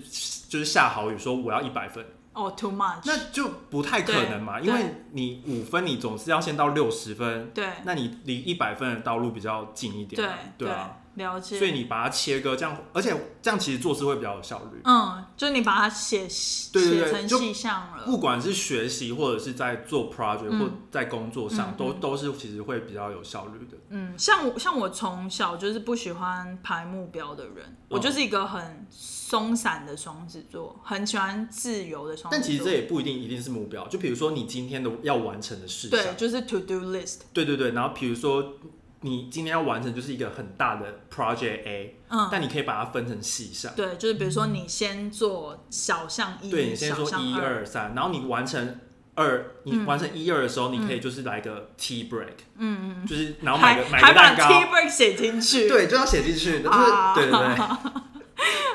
就是下好雨说我要一百分，
哦、t o o much。
那就不太可能嘛，
对
因为你五分你总是要先到六十分，
对
那你离一百分的道路比较近一点
对
啊，对啊，
了解。
所以你把它切割这样，而且这样其实做事会比较有效率。
嗯，就你把它写写
对对对
成
就
细项了。
不管是学习或者是在做 project、
嗯
或在工作上，
嗯
都都是其实会比较有效率的。
嗯，像我像我从小就是不喜欢排目标的人，
嗯
我就是一个很松散的双子座，很喜欢自由的双子座。
但其实这也不一定一定是目标，就比如说你今天的要完成的事
对，
项，
就是 to do list。
对对对然后比如说你今天要完成就是一个很大的 project A，、
嗯，
但你可以把它分成细项，
对，就是比如说你先做小项一，
对你先
小
说
项
一
二，
二三，然后你完成二，你
嗯
完成一二的时候，你可以就是来个 tea break，
嗯嗯，
就是然后买
还
个买
还
个
把
蛋
tea
糕，
break 写进去，，
对，就要写进去，就是、
啊
对对对，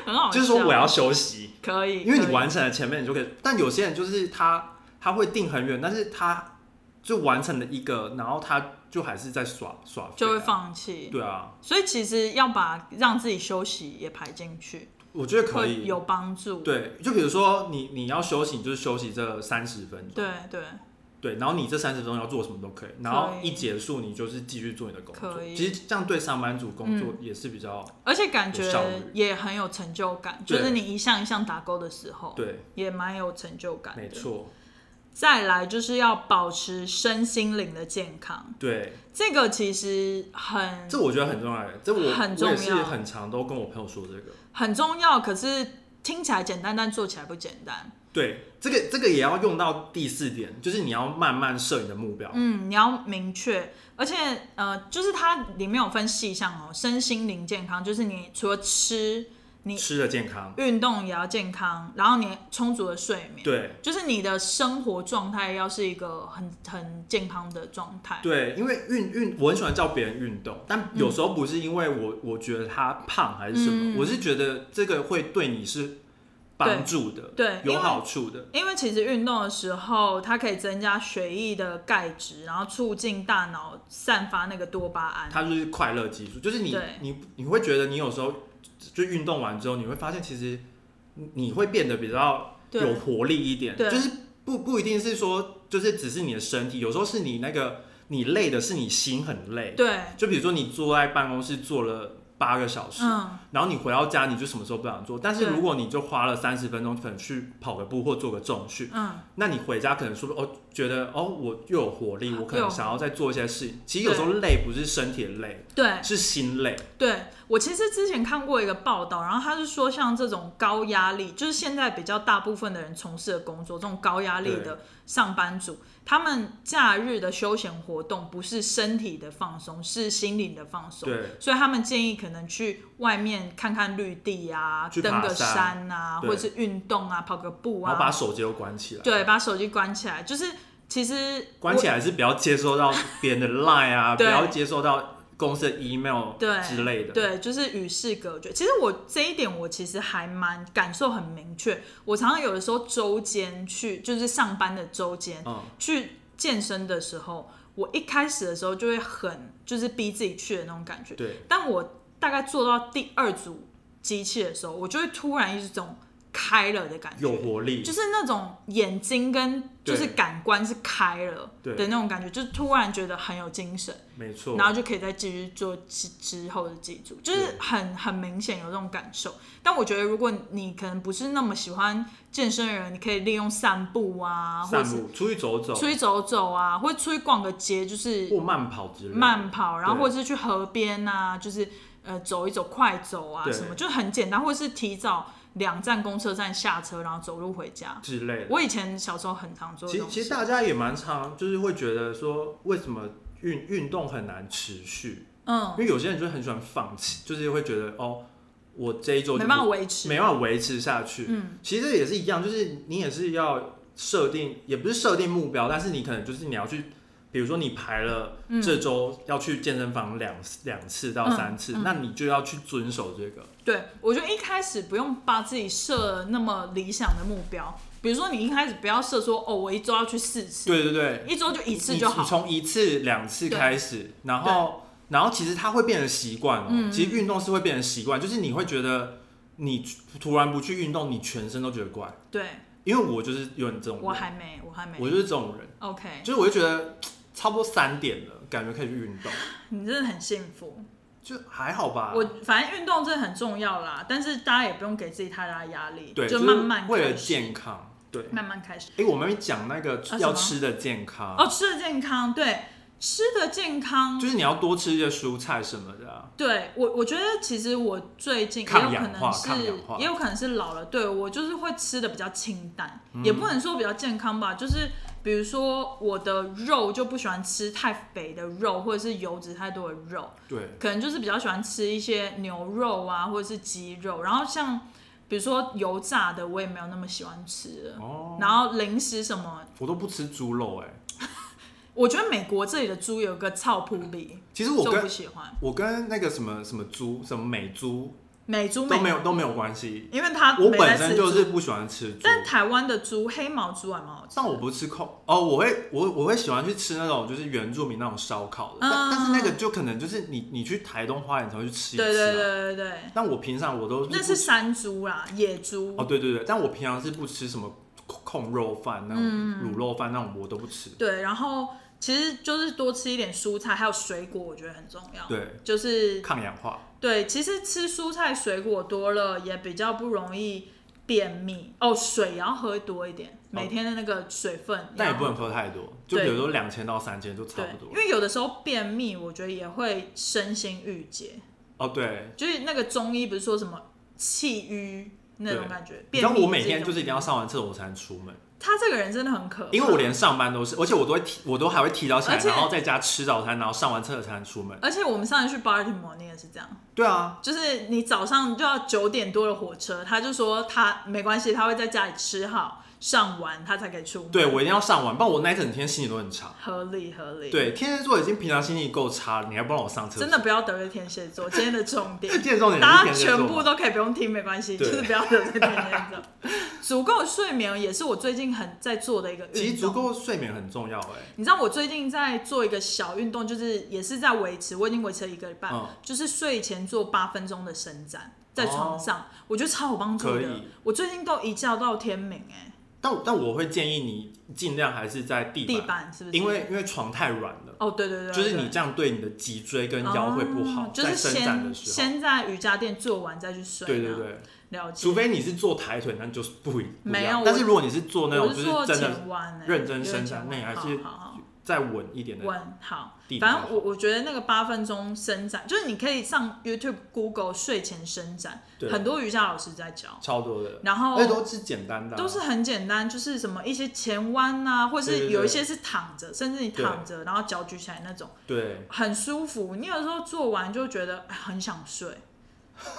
很好笑。
就是说我要休息。
可以，
因为
可
你
以
完成了前面，你就可以。但有些人就是他他会定很远，但是他就完成了一个，然后他就还是在耍耍废啊，
就会放弃。
对啊，
所以其实要把让自己休息也排进去，
我觉得可
会
以。
有帮助。
对，就比如说你你要休息，你就是休息这三十分钟，
对对
对，然后你这三十分钟要做什么都可以，然后
可以
一结束你就是继续做你的工作
可。以嗯哦
其实这样对上班族工作也是比较、
而且感觉
有效率
也很有成就感，就
对
是你一项一项打勾的时候，
对，
也蛮有成就感的。
没。错，
再来就是要保持身心灵的健康，
对，
这个其实很
这我觉得很重要，欸这我
很
我
重要
也是很常都跟我朋友说这个，
很重要，可是听起来简单，但做起来不简单。
对，这个这个也要用到第四点，就是你要慢慢设你的目标。
嗯，你要明确，而且呃，就是它里面有分细项哦，身心灵健康，就是你除了吃，你
吃的健康，
运动也要健康，然后你充足的睡眠，
对
就是你的生活状态要是一个很很健康的状态。
对，因为运运，我很喜欢叫别人运动，
嗯
但有时候不是因为我我觉得他胖还是什么，
嗯
我是觉得这个会对你是帮助的，
对因
有
为
好处的，
因为其实运动的时候，它可以增加血液的钙质，然后促进大脑散发那个多巴胺。
它就是快乐激素，就是你
对
你你会觉得你有时候就运动完之后，你会发现其实你你会变得比较有
对
活力一点，
对
就是不不一定是说就是只是你的身体，有时候是你那个你累的是你心很累，
对，
就比如说你坐在办公室坐了八个小时，
嗯，
然后你回到家你就什么时候不想做，但是
对
如果你就花了三十分钟可能去跑个步或做个重训，
嗯，
那你回家可能说哦觉得哦我又有活力，我可能
啊又
想要再做一些事情。其实有时候累不是身体的累，
对
是心累。
对。我其实之前看过一个报道，然后他是说，像这种高压力，就是现在比较大部分的人从事的工作，这种高压力的上班族，他们假日的休闲活动不是身体的放松，是心灵的放松。
对
所以他们建议可能去外面看看绿地啊，
去
登
爬
个
山
山啊，
对
或者是运动啊，跑个步
然后把
啊，
手机都关起来，
对，把手机关起来。就是其实
关起来是不要接收到别人的 line 啊，不
对
要接收到公司的 email
对
之类的。
对，就是与世隔绝。其实我这一点我其实还蛮感受很明确。我常常有的时候周间去，就是上班的周间、
嗯
去健身的时候，我一开始的时候就会很就是逼自己去的那种感觉。
对，
但我大概做到第二组机器的时候，我就会突然一种开了的感觉，
有活力
就。是那种眼睛跟
对
就是感官是开了
对
的那种感觉，就是突然觉得很有精神，
没错
然。后就可以再继续做之之后的记住，就是
对
很很明显有这种感受。但我觉得如果你可能不是那么喜欢健身的人，你可以利用散步啊，或
散
者是
步，出去走走，
出去走走啊，或者出去逛个街，就是
或慢跑之类的。
慢跑，然后
对
或者是去河边啊，就是呃走一走、快走啊，
对
什么就很简单，或者是提早两站公车站下车，然后走路回家。
之类的。
我以前小时候很常做这
其实
种
其实
事，
大家也蛮常就是会觉得说，为什么运运动很难持续？
嗯，
因为有些人就很喜欢放弃，就是会觉得哦，我这一周就
没
不
办法维持，
没办法维持下去。
嗯，
其实这也是一样，就是你也是要设定，也不是设定目标，但是你可能就是你要去，比如说你排了
嗯
这周要去健身房两两次到三次，
嗯嗯
那你就要去遵守这个。
对我觉得一开始不用把自己设那么理想的目标，比如说你一开始不要设说哦，我一周要去四次，
对对对，
一周就一次
你
就
你
好，
从一次、两次开始，然后然后其实它会变成习惯哦。
嗯嗯
其实运动是会变成习惯，就是你会觉得你突然不去运动，你全身都觉得怪。
对
因为我就是有你这种人，
我还没，我还没
我就是这种人，
，OK，
就是我就觉得差不多三点了，感觉可以去运动，
你真的很幸福。
就还好吧。
我反正运动真的很重要啦，但是大家也不用给自己太大压力，
对，
就是慢慢
为了
开始
健康，对。
慢慢开始。
哎，我们讲那个
啊什么
要吃的健康，
哦，吃的健康，对，吃的健康，
啊就是你要多吃一些蔬菜什么的啊、
对我我觉得其实我最近也有
抗
可
氧
能
化
是
抗氧化
也有可能是老了，对我就是会吃的比较清淡，
嗯
也不能说比较健康吧，就是比如说我的肉就不喜欢吃太肥的肉，或者是油脂太多的肉，
对，
可能就是比较喜欢吃一些牛肉啊，或者是鸡肉，然后像比如说油炸的，我也没有那么喜欢吃了。
哦，
然后零食什么，
我都不吃猪肉哎、
我觉得美国这里的猪有个臭扑鼻，
其实我
就
跟
不喜欢
我跟那个什么什么猪、什么美猪
美猪美
都没，有都没有关系。
因为它
我
没在
本身
吃
就
猪
是不喜欢吃猪，
但台湾的猪黑毛猪还蛮好吃的，
但我不吃控哦，我会我我会喜欢去吃那种就是原住民那种烧烤的，但
嗯
但是那个就可能就是你你去台东花莲才会去吃一次、啊。
对对对对对，
但我平常我都
那
不
是山猪啦，野猪。
哦对对对，但我平常是不吃什么控控肉饭那种
嗯
卤肉饭那种我都不吃。
对，然后其实就是多吃一点蔬菜，还有水果，我觉得很重要。，
对，
就是
抗氧化
对，其实吃蔬菜水果多了也比较不容易便秘哦，水也要喝多一点，每天的那个水分。
哦但也不能。喝太多，就比如说两千到三千就差
对
不，多
因。为有的时候便秘，我觉得也会身心郁结。
哦对，
就是那个中医不是说什么气瘀那种感觉。
你知道我每天就是一定要上完厕所我才能出门，
他这个人真的很可怕，
因为我连上班都是，而且我都会提，我都还会提早起来，
而且
然后在家吃早餐，然后上完厕所才能出门。
而且我们上次去 Baltimore 那也是这样，
对啊，
就是你早上就要九点多的火车，他就说他没关系，他会在家里吃好上完，他才可以出门。
对我一定要上完，不然我那一整天心情都很差。
合理合理。，
对，天蝎座已经平常心情够差了，你还不让我上厕所？
真的，不要得罪天蝎座，今天的 重点
这。件重点
大
是
家
天蝎座
全部
吗。
都可以不用听，没关系，就
对
是不要得罪天蝎座。足够睡眠也是我最近很在做的一个运动。
其实足够睡眠很重要哎、
你知道我最近在做一个小运动，就是也是在维持，我已经维持了一个礼拜，
嗯
就是睡前做八分钟的伸展，在床上，我觉得超有帮助
哦可
的
以。
我最近都一觉到天明、哎，
但但我会建议你尽量还是在地板，
地板是不是？
因为因为床太软了，
哦，对对对，
就是你
对
这样对你的脊椎跟腰会不好，
哦就是
在伸展的
先
时候。
先在瑜伽垫做完再去睡，啊
对对，对，
了解。
除非你是做抬腿，那就是不一不一
没有
样
我。
但是如果你是做那
我
种
是
就
做
是真的
前弯、哎
认真
有点
伸
前
展
弯
那你还
好
是
好好
再稳一点的，
问好
地，
反
方
正我我觉得那个八分钟伸展，就是你可以上 YouTube、Google 睡前伸展，
对
很多瑜伽老师在教，
超多的，
然后
那都是简单的啊，
都是很简单，就是什么一些前弯啊，或
对
是
对对
有一些是躺着，甚至你躺着然后脚举起来那种，
对，
很舒服。你有时候做完就觉得哎很想睡，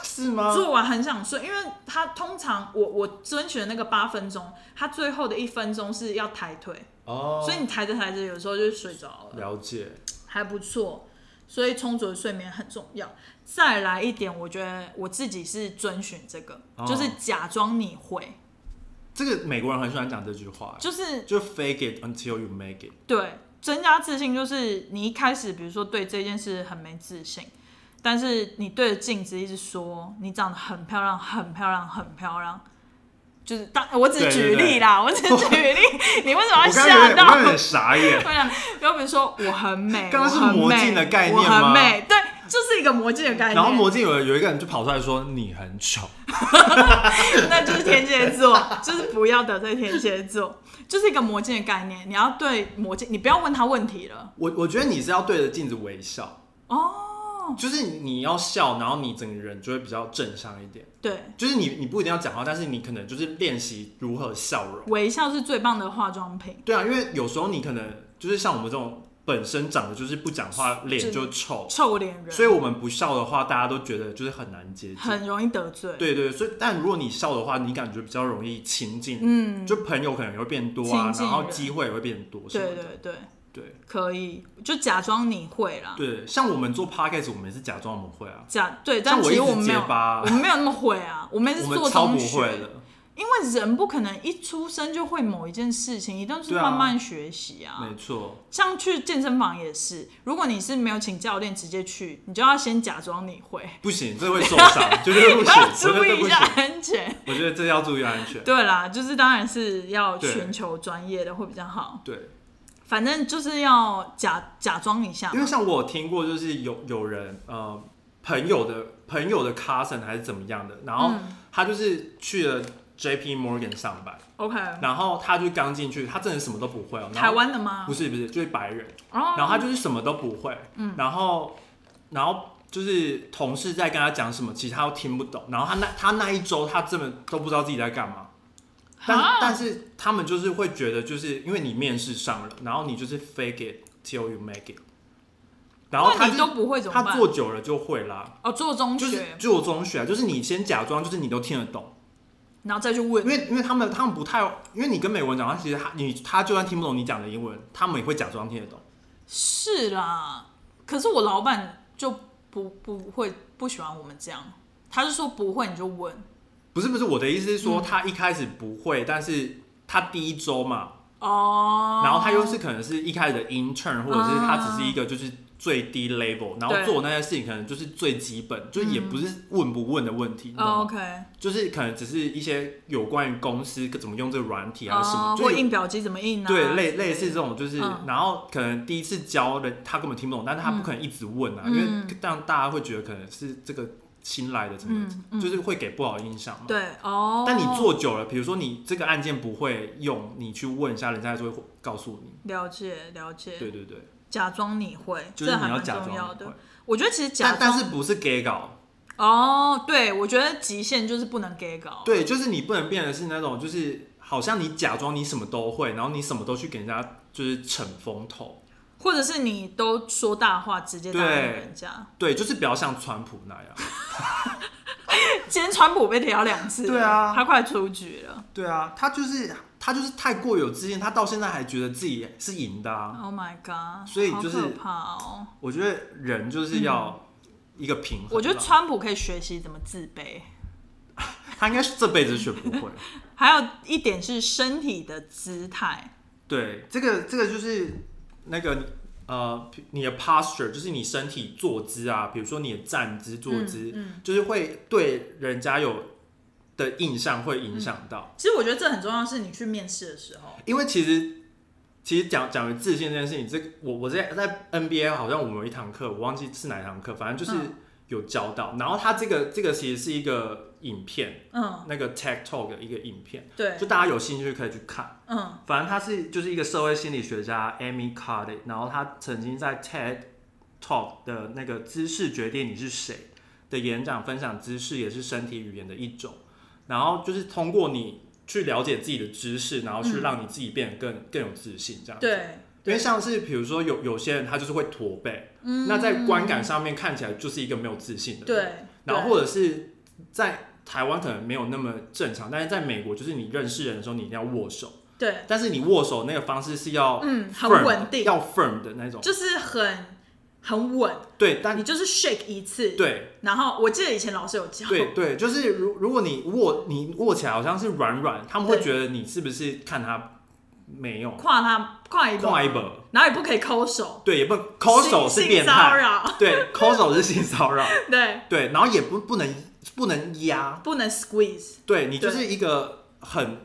是吗？
做完很想睡，因为它通常我我遵循的那个八分钟，它最后的一分钟是要抬腿，
哦，
所以你抬着抬着有时候就睡着了。
了解，
还不错，所以充足的睡眠很重要。再来一点，我觉得我自己是遵循这个，
哦
就是假装你会，
这个美国人很喜欢讲这句话，
就是
就 fake it until you make it。
对增加自信，就是你一开始比如说对这件事很没自信，但是你对着镜子一直说你长得很漂亮，很漂亮，很漂亮。就是当我只
对对
举例啦，我只举例，你为什么要
我刚刚有
吓
点，我刚刚有点？傻眼。
到 对啊，又比如说我很美，
刚刚是
我很
魔
美
镜的概念
我很
吗
美，对，就是一个魔镜的概念。
然后魔镜有有一个人就跑出来说你很丑，
那就是天蝎座，就是不要得罪天蝎座，就是一个魔镜的概念。你要对魔镜，你不要问他问题了。
我我觉得你是要对着镜子微笑，
哦，
就是你要笑，然后你整个人就会比较正向一点。
对，
就是你你不一定要讲话，但是你可能就是练习如何笑容。
微笑是最棒的化妆品。
对啊，因为有时候你可能就是像我们这种本身长得就是不讲话，脸就臭，
臭脸
所
人
以我们不笑的话，大家都觉得就是很难接近。
很容易得罪，
对对，所以但如果你笑的话，你感觉比较容易亲近，
嗯，
就朋友可能也会变多啊
亲，近
然后
人
机会也会变多什么
对
的。
对对，
对
可以，就假装你会啦，
对，像我们做 podcast，我们也是假装我们会啊，
假
像
对，但
我
其
一
实我们
直
没
结
有，
巴
我，们没有那么会啊，我们也
我
是
们
做
超不
中
会
学，
的，
因为人不可能一出生就会某一件事情，一定是
对啊
慢慢学习啊，
没错。
像去健身房也是，如果你是没有请教练直接去，你就要先假装你会，
不行，这会受伤，绝对不行，
要
绝
注
对
意
不
一下
行。
安全。
我觉得这要注意安全。
对啦，就是当然是要
对
寻求专业的会比较好，
对，
反正就是要假假装一下
因为
嘛。
像我有听过，就是有有人呃朋友的朋友的 cousin 还是怎么样的，然后
嗯
他就是去了 J P Morgan 上班，
OK，
然后他就刚进去，他真的什么都不会哦。然
台
后
湾的吗
不？是不是，就是白人，然
嗯哦，嗯
后他就是什么都不会，然后然后就是同事在跟他讲什么，其实他都听不懂，然后他那他那一周他根本都不知道自己在干嘛，但但是他们就是会觉得，就是因为你面试上了，然后你就是 fake it till you make it，然后
那
他
你
就
都不会怎么
他
办？
做久了就会啦，
哦，做中
就是
学，
就我中学啊，就是你先假装，就是你都听得懂，
然后再去
因
问。
为因为他们他们不太，因为你跟美国人讲话，其实他你他就算听不懂你讲的英文，他们也会假装听得懂。
是啦，可是我老板就不不会不喜欢我们这样，他是说不会你就问。
不是不是，我的意思是
嗯
说，他一开始不会，但是他第一周嘛，
哦，
然后他又是可能是一开始的 intern，或者是他只是一个就是最低 level，、然后
对
做那些事情可能就是最基本，就也不是问不问的问题，你懂
哦
吗
OK，
就是可能只是一些有关于公司怎么用这个软体啊什么，
哦，
就
或
是有
印表机怎么印啊？
对类类似这种，就是、
嗯
然后可能第一次教的他根本听不懂，但是他不可能一直问啊，因
嗯
为让大家会觉得可能是这个新来的怎么，
嗯嗯
就是会给不好的印象嘛。
对哦。
但你做久了，比如说你这个按键不会用，你去问一下，人家就会告诉你。
了解了解，
对对对，
假装你会，
就是
这
你
还
要
蛮
假
重
装
要
你会
的。我觉得其实假
但但
装
是不是 gay 搞？
哦，对，我觉得极限就是不能给搞。
对，就是你不能变得是那种，就是好像你假装你什么都会，然后你什么都去给人家就是逞风头。
或者是你都说大话，直接打
对
人家。
对，就是不要像川普那 样。
今天川普被调两次，
对啊
他快出局了。
对啊，他就是他就是太过有自信，他到现在还觉得自己是赢的啊。
Oh my god！
所以就是
好可怕哦。
我觉得人就是要一个平衡吧。
嗯我觉得川普可以学习怎么自卑，
他应该是这辈子学不会。
还有一点是身体的姿态。
对，这个这个就是那个呃，你的 posture 就是你身体坐姿啊，比如说你的站姿、坐
嗯
姿，就是会对人家有的印象会影响到。
其实我觉得这很重要，是你去面试的时候，
因为其实其实讲讲自信这件事情，这个我我在在 NBA 好像我们有一堂课，我忘记是哪一堂课，反正就是
嗯
有教到。然后他这个这个其实是一个影片，
嗯，
那个 TED Talk 的一个影片，
对
就，大家有兴趣可以去看。
嗯
反正他是就是一个社会心理学家 Amy Cuddy，然后他曾经在 TED Talk 的那个“姿势决定你是谁”的演讲分享，姿势也是身体语言的一种。然后就是通过你去了解自己的知识，然后去让你自己变得更更有自信，这样。
对，
因为像是比如说有有些人他就是会驼背，那在观感上面看起来就是一个没有自信的人。
嗯对，
然后
对
或者是在台湾可能没有那么正常，但是在美国就是你认识人的时候你一定要握手。
对，
但是你握手那个方式是要
嗯，很
哦 firm 的
稳定，
要 firm 的那种。
就是很很稳，
对，但
你就是 shake 一次，，
对
然后我记得以前老师有教，
对对，就是如如果你握你握起来好像是软软，他们会
对
觉得你是不是看他没有
跨他跨一步，
跨一本，
然后也不可以抠手，
对，也不抠手是
性
变
性骚
态，
扰，
对，抠手是性骚扰，
对，
对，然后也不不能不能压，
不能 squeeze
对你就
对
是一个很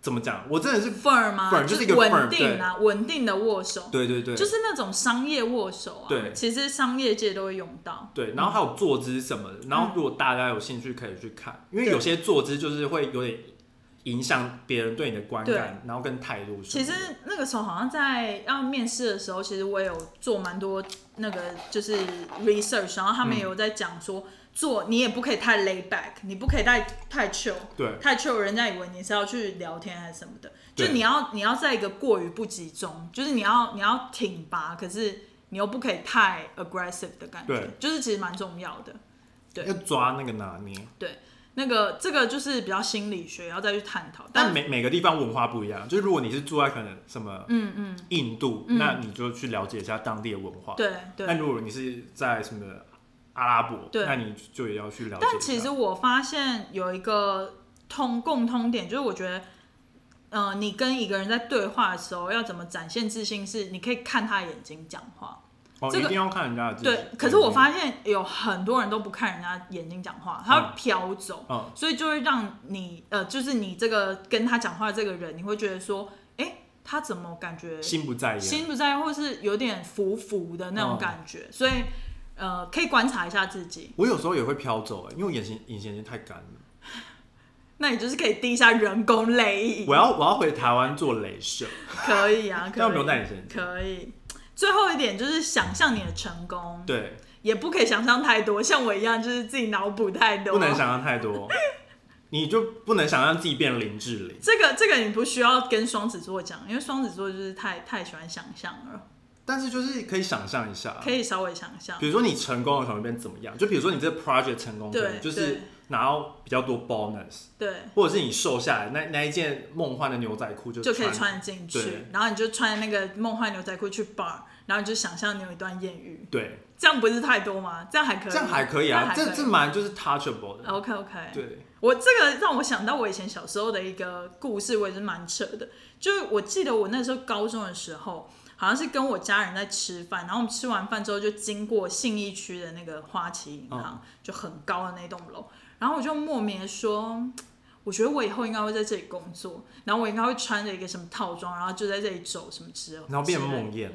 怎么讲，我真的是
firm 吗？
firm，就是一个 firm，
稳定啊，稳定的握手，
对对对，
就是那种商业握手啊，
对
其实商业界都会用到，
对，然后还有坐姿什么的。然后如果大家有兴趣，可以去看，因为
嗯对
有些坐姿就是会有点影响别人对你的观感，然后跟态度什
其
么的。
实那个时候好像在要面试的时候，其实我也有做蛮多那个就是 research，然后他
嗯
们也有在讲说，做你也不可以太 lay back，你不可以太太 chill，
对
太 chill 人家以为你是要去聊天还是什么的，
对
就你要你要在一个过于不集中，就是你要你要挺拔，可是你又不可以太 aggressive 的感觉
对，
就是其实蛮重要的。对
要抓那个拿捏，
对，那个这个就是比较心理学要再去探讨，
但每每个地方文化不一样。就是如果你是住在可能什么，嗯嗯，印度，那你就去了解一下当地的文化。。
对对
但。如果你是在什么阿拉伯，
对
那你就也要去了解一下。
但其实我发现有一个通共通点，就是我觉得，呃，你跟一个人在对话的时候，要怎么展现自信是，你可以看他眼睛讲话。
哦，
这个
一定要看人家的自己。
对，可是
嗯
我发现有很多人都不看人家眼睛讲话，他会飘走，
嗯
所以就会让你呃，就是你这个跟他讲话的这个人，你会觉得说，哎、他怎么感觉
心不在焉，
心不在，或是有点浮浮的那
嗯
种感觉，所以呃，可以观察一下自己。
我有时候也会飘走、欸，因为我眼睛隐形眼镜太干了。
那你就是可以滴一下人工泪液，
我要我要回台湾做镭射。
可 以啊，可
要
以
不用戴隐形眼镜
可以。最后一点就是想象你的成功，
对，
也不可以想象太多，像我一样就是自己脑补太多。
不能想象太多， 你就不能想象自己变林志玲。
这个这个你不需要跟双子座讲，因为双子座就是太太喜欢想象了，
但是就是可以想象一下，
可以稍微想象
比。如说你成功的时候你变怎么样？就比如说你这 project 成功，
对
可能就是
对
拿到比较多 bonus，
对，
或者是你瘦下来那那一件梦幻的牛仔裤就
就可以穿进去
对，
然后你就穿那个梦幻牛仔裤去 bar，然后你就想象你有一段艳遇，
对，
这样不是太多吗？这样还可以，
这样还可以啊，这这蛮就是 touchable 的，
OK OK，
对，
我这个让我想到我以前小时候的一个故事，我也是蛮扯的。就是我记得我那时候高中的时候，好像是跟我家人在吃饭，然后我们吃完饭之后就经过信义区的那个花旗银
嗯
行，就很高的那栋楼，然后我就莫名地说。我觉得我以后应该会在这里工作，然后我应该会穿着一个什么套装，然后就在这里走什么之类的，
然后变
之类
梦魇，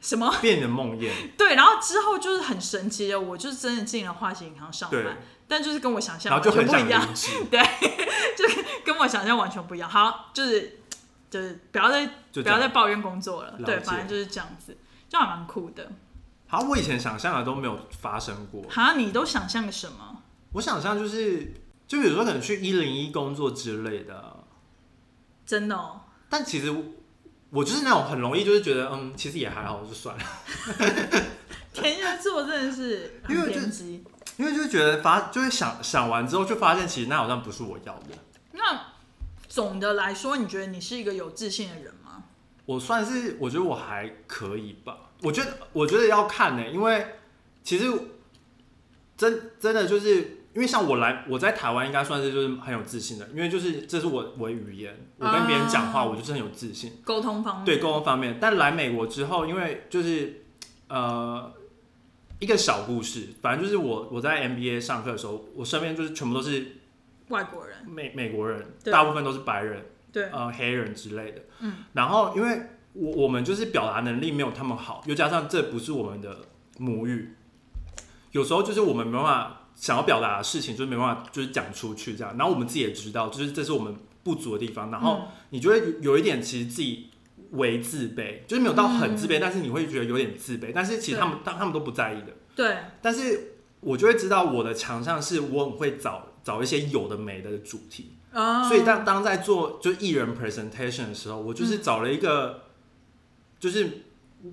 什么
变你的梦魇，
对，然后之后就是很神奇的，我就是真的进了花旗银行上
对
班，但就是跟我想象
然
完
后就很
全不
想
一样，
离职，
跟我想象完全不一样。好，就是就是不要再
就
不
这
要再
样。
抱怨工作了，
了
对，
解
反正就是这样子，就还蛮酷的。
好，我以前想象的都没有发生过，
哈，你都想象个什么？
我想象就是，就比如说可能去一零一工作之类的，
真的哦，
但其实我我就是那种很容易就是觉得，嗯，其实也还好，就算了，
天蝎座真的是
因为
很
就
偏激。
因为就觉得发就会想想完之后，就发现其实那好像不是我要的。
那总的来说，你觉得你是一个有自信的人吗？
我算是我觉得我还可以吧，我觉得我觉得要看呢、因为其实真真的就是因为像我来我在台湾应该算是就是很有自信的，因为就是这是我我的语言，我跟别人讲话
啊
我就是很有自信，
沟通方面，
对沟通方面。但来美国之后，因为就是呃一个小故事，反正就是我我在 MBA 上课的时候，我身边就是全部都是
外国人，
美美国人，
对
大部分都是白人，
对，
呃黑人之类的。
嗯，
然后因为我我们就是表达能力没有他们好，又加上这不是我们的母语，有时候就是我们没办法想要表达的事情，就是没办法就是讲出去这样。然后我们自己也知道，就是这是我们不足的地方。然
嗯
后你就会有一点其实自己。为自卑，就是没有到很自卑，
嗯
但是你会觉得有点自卑。但是其实他们，但他们都不在意的。
对，
但是我就会知道我的强项是我很会找找一些有的没的主题。
啊，
所以当当在做就艺人 presentation 的时候，我就是找了一个，就是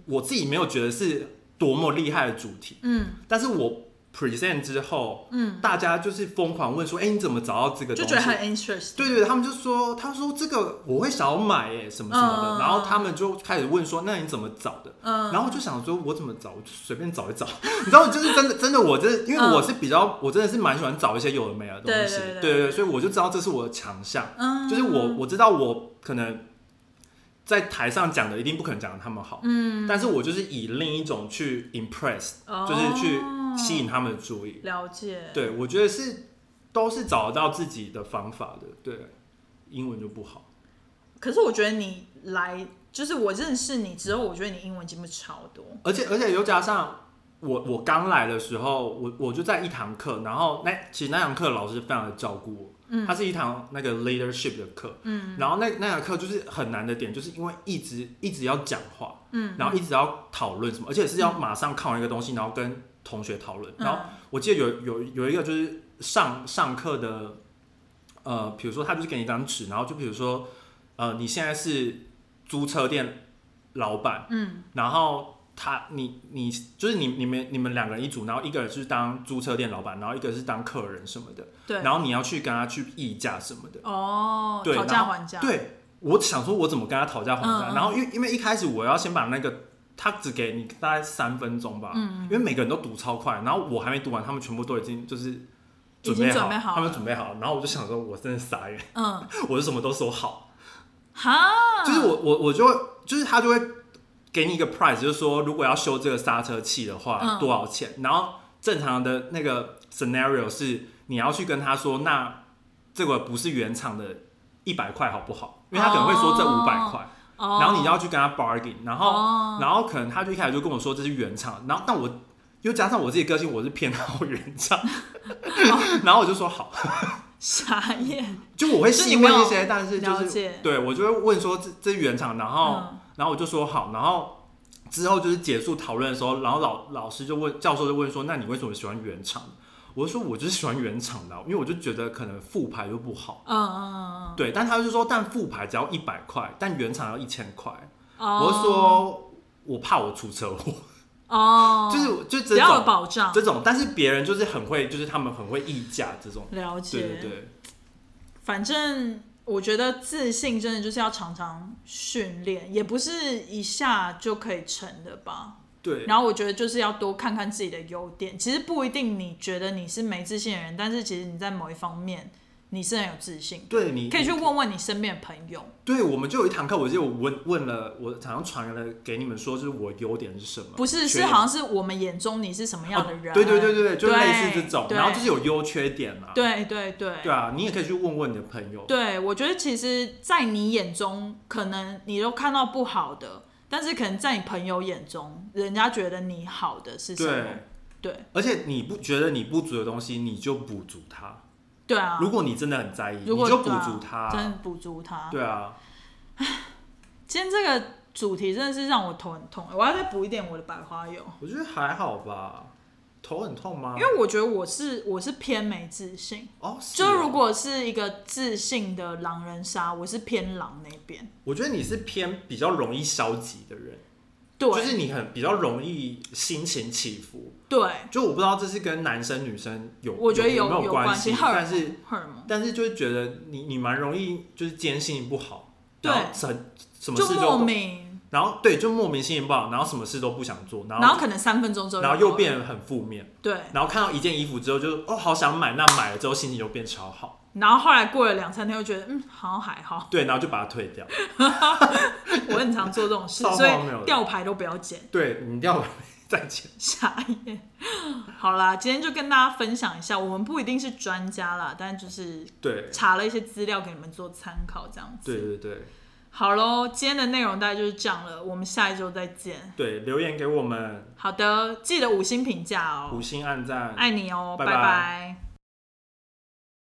我自己没有觉得是多么厉害的主题，
嗯
但是我 present 之后，
嗯，
大家就是疯狂问说，哎、你怎么找到这个
就
东
觉得
西？
很 interest，
对对，对他们就说，他说这个我会想要买耶，什么什么
嗯
的，然后他们就开始问说，那你怎么找的？
嗯，
然后我就想说，我怎么找，我就随便找一找。 你知道，就是真的，真的，我真的，因为我是比较，我真的是蛮喜欢找一些有的没的东西，
对对对
对对，所以我就知道这是我的强项。
嗯，
就是我我知道我可能在台上讲的一定不可能讲的他们好，
嗯，哦
但是我就是以另一种去 impress，、
就
就是去吸引他们的注意。
了解，
对，我觉得是都是找得到自己的方法的。对，英文就不好，
可是我觉得你来，就是我认识你之后，我觉得你英文进步超多。
而且而且又加上。我我刚来的时候，我我就在一堂课，然后那其实那堂课老师非常的照顾我，
嗯
它是一堂那个 leadership 的课，
嗯
然后那那堂课就是很难的点，就是因为一直一直要讲话，
嗯，
然后一直要讨论什么，而且是要马上看完一个东西，然后跟同学讨论。然后
后
我记得有有有一个就是上上课的，呃，比如说他就是给你一张纸，然后就比如说，呃，你现在是租车店老板，
嗯
然后他你你就是你你们你们两个人一组，然后一个人是当租车店老板，然后一个是当客人什么的，
对，
然后你要去跟他去议价什么的。
哦，
对
讨
然
价
后
还价，
对，我想说我怎么跟他讨价还价，
嗯嗯
然后因为因为一开始我要先把那个他只给你大概三分钟吧，
嗯
因为每个人都读超快，然后我还没读完，他们全部都已经就是。
已经
备
准备好
他们
了
准备好了，然后我就想说，我真的傻眼，
嗯，
我是什么都说好，
哈，
就是我我我就会，就是他就会给你一个 price，就是说如果要修这个刹车器的话、
嗯
多少钱，然后正常的那个 scenario 是你要去跟他说，那这个不是原厂的一百块好不好？因为他可能会说这
哦
五百块，
哦，
然后你就要去跟他 bargain，然后、
哦
然后可能他就一开始就跟我说这是原厂，然后但我又加上我自己个性，我是偏好原厂，
哦
然后我就说好，
傻眼，
就我会
所以
细
你没
问一
有
些，但是就
了
是
解
对我就会问说这这是原厂，然后、
嗯
然后我就说好，然后之后就是结束讨论的时候，然后老老师就问教授就问说，那你为什么喜欢原厂？我就说我就是喜欢原厂的啊，因为我就觉得可能复牌就不好。
嗯嗯嗯
对，但他就说，但复牌只要一百块，但原厂要一千块。
嗯，哦
我就说，我怕我出车祸，
哦，
就是就
只
这
要有
种
保障
这，种，但是别人就是很会，就是他们很会议价这种，
了
对
解，
对对，
反正我觉得自信真的就是要常常训练，也不是一下就可以成的吧。
对，
然后我觉得就是要多看看自己的优点，其实不一定你觉得你是没自信的人，但是其实你在某一方面你是很有自信，
对你
可以去问问你身边的朋友。
对，我们就有一堂课，我记得我问问了，我好像传了给你们说，就是我优点是什么，
不是，
缺
是
点
好像是我们眼中你是什么样的人。
嗯哦对对对对对，就类似这种，
对
然后就是有优缺点啊，
对对对
对啊，你也可以去问问你的朋友，
对，我觉得其实，在你眼中，可能你都看到不好的，但是可能在你朋友眼中，人家觉得你好的是什么
对？，
对
而且你不觉得你不足的东西，你就补足它。
对啊，
如果你真的很在意，你
如果
就补
对啊
足
真
它。
的补足他。
对啊，
今天这个欸主题真的是让我头很痛，我要再补一点我的百花油。
我觉得还好吧。头很痛吗
因？为我觉得我是我是偏没自信，
哦，是
就
哦
如果是一个自信的狼人杀，我是偏狼那边。
我觉得你是偏比较容易消极的人，
对，
就是你很比较容易心情起伏。
对，
就我不知道这是跟男生女生有，
我觉得
有没
有
关
系，荷尔
但
蒙
是
荷尔蒙，
但是就是觉得你你蛮容易就是今天心情不好，
对
然后什什么
就
事都
莫名，
然后对就莫名心情不好，然后什么事都不想做，然
然后
后
可能三分钟之后，
然后又变得很负面，
对，
然后看到一件衣服之后就哦好想买，那买了之后心情就变超好，
然后后来过了两三天，又觉得嗯，好像还好。
对，然后就把它退掉。
我很常做这种 事
超，荒
所
谬的
以吊牌都不要剪。
对你一定要 再见。
傻眼。 好啦，今天就跟大家分享一下，我们不一定是专家啦，但就是
对
查了一些资料给你们做参考，这样子。
对对对
好喽，今天的内容大概就是这样了，我们下一周再见。
对，留言给我们
好的，记得五星评价
五
哦，
星按赞，
爱你哦，
拜
拜
拜
拜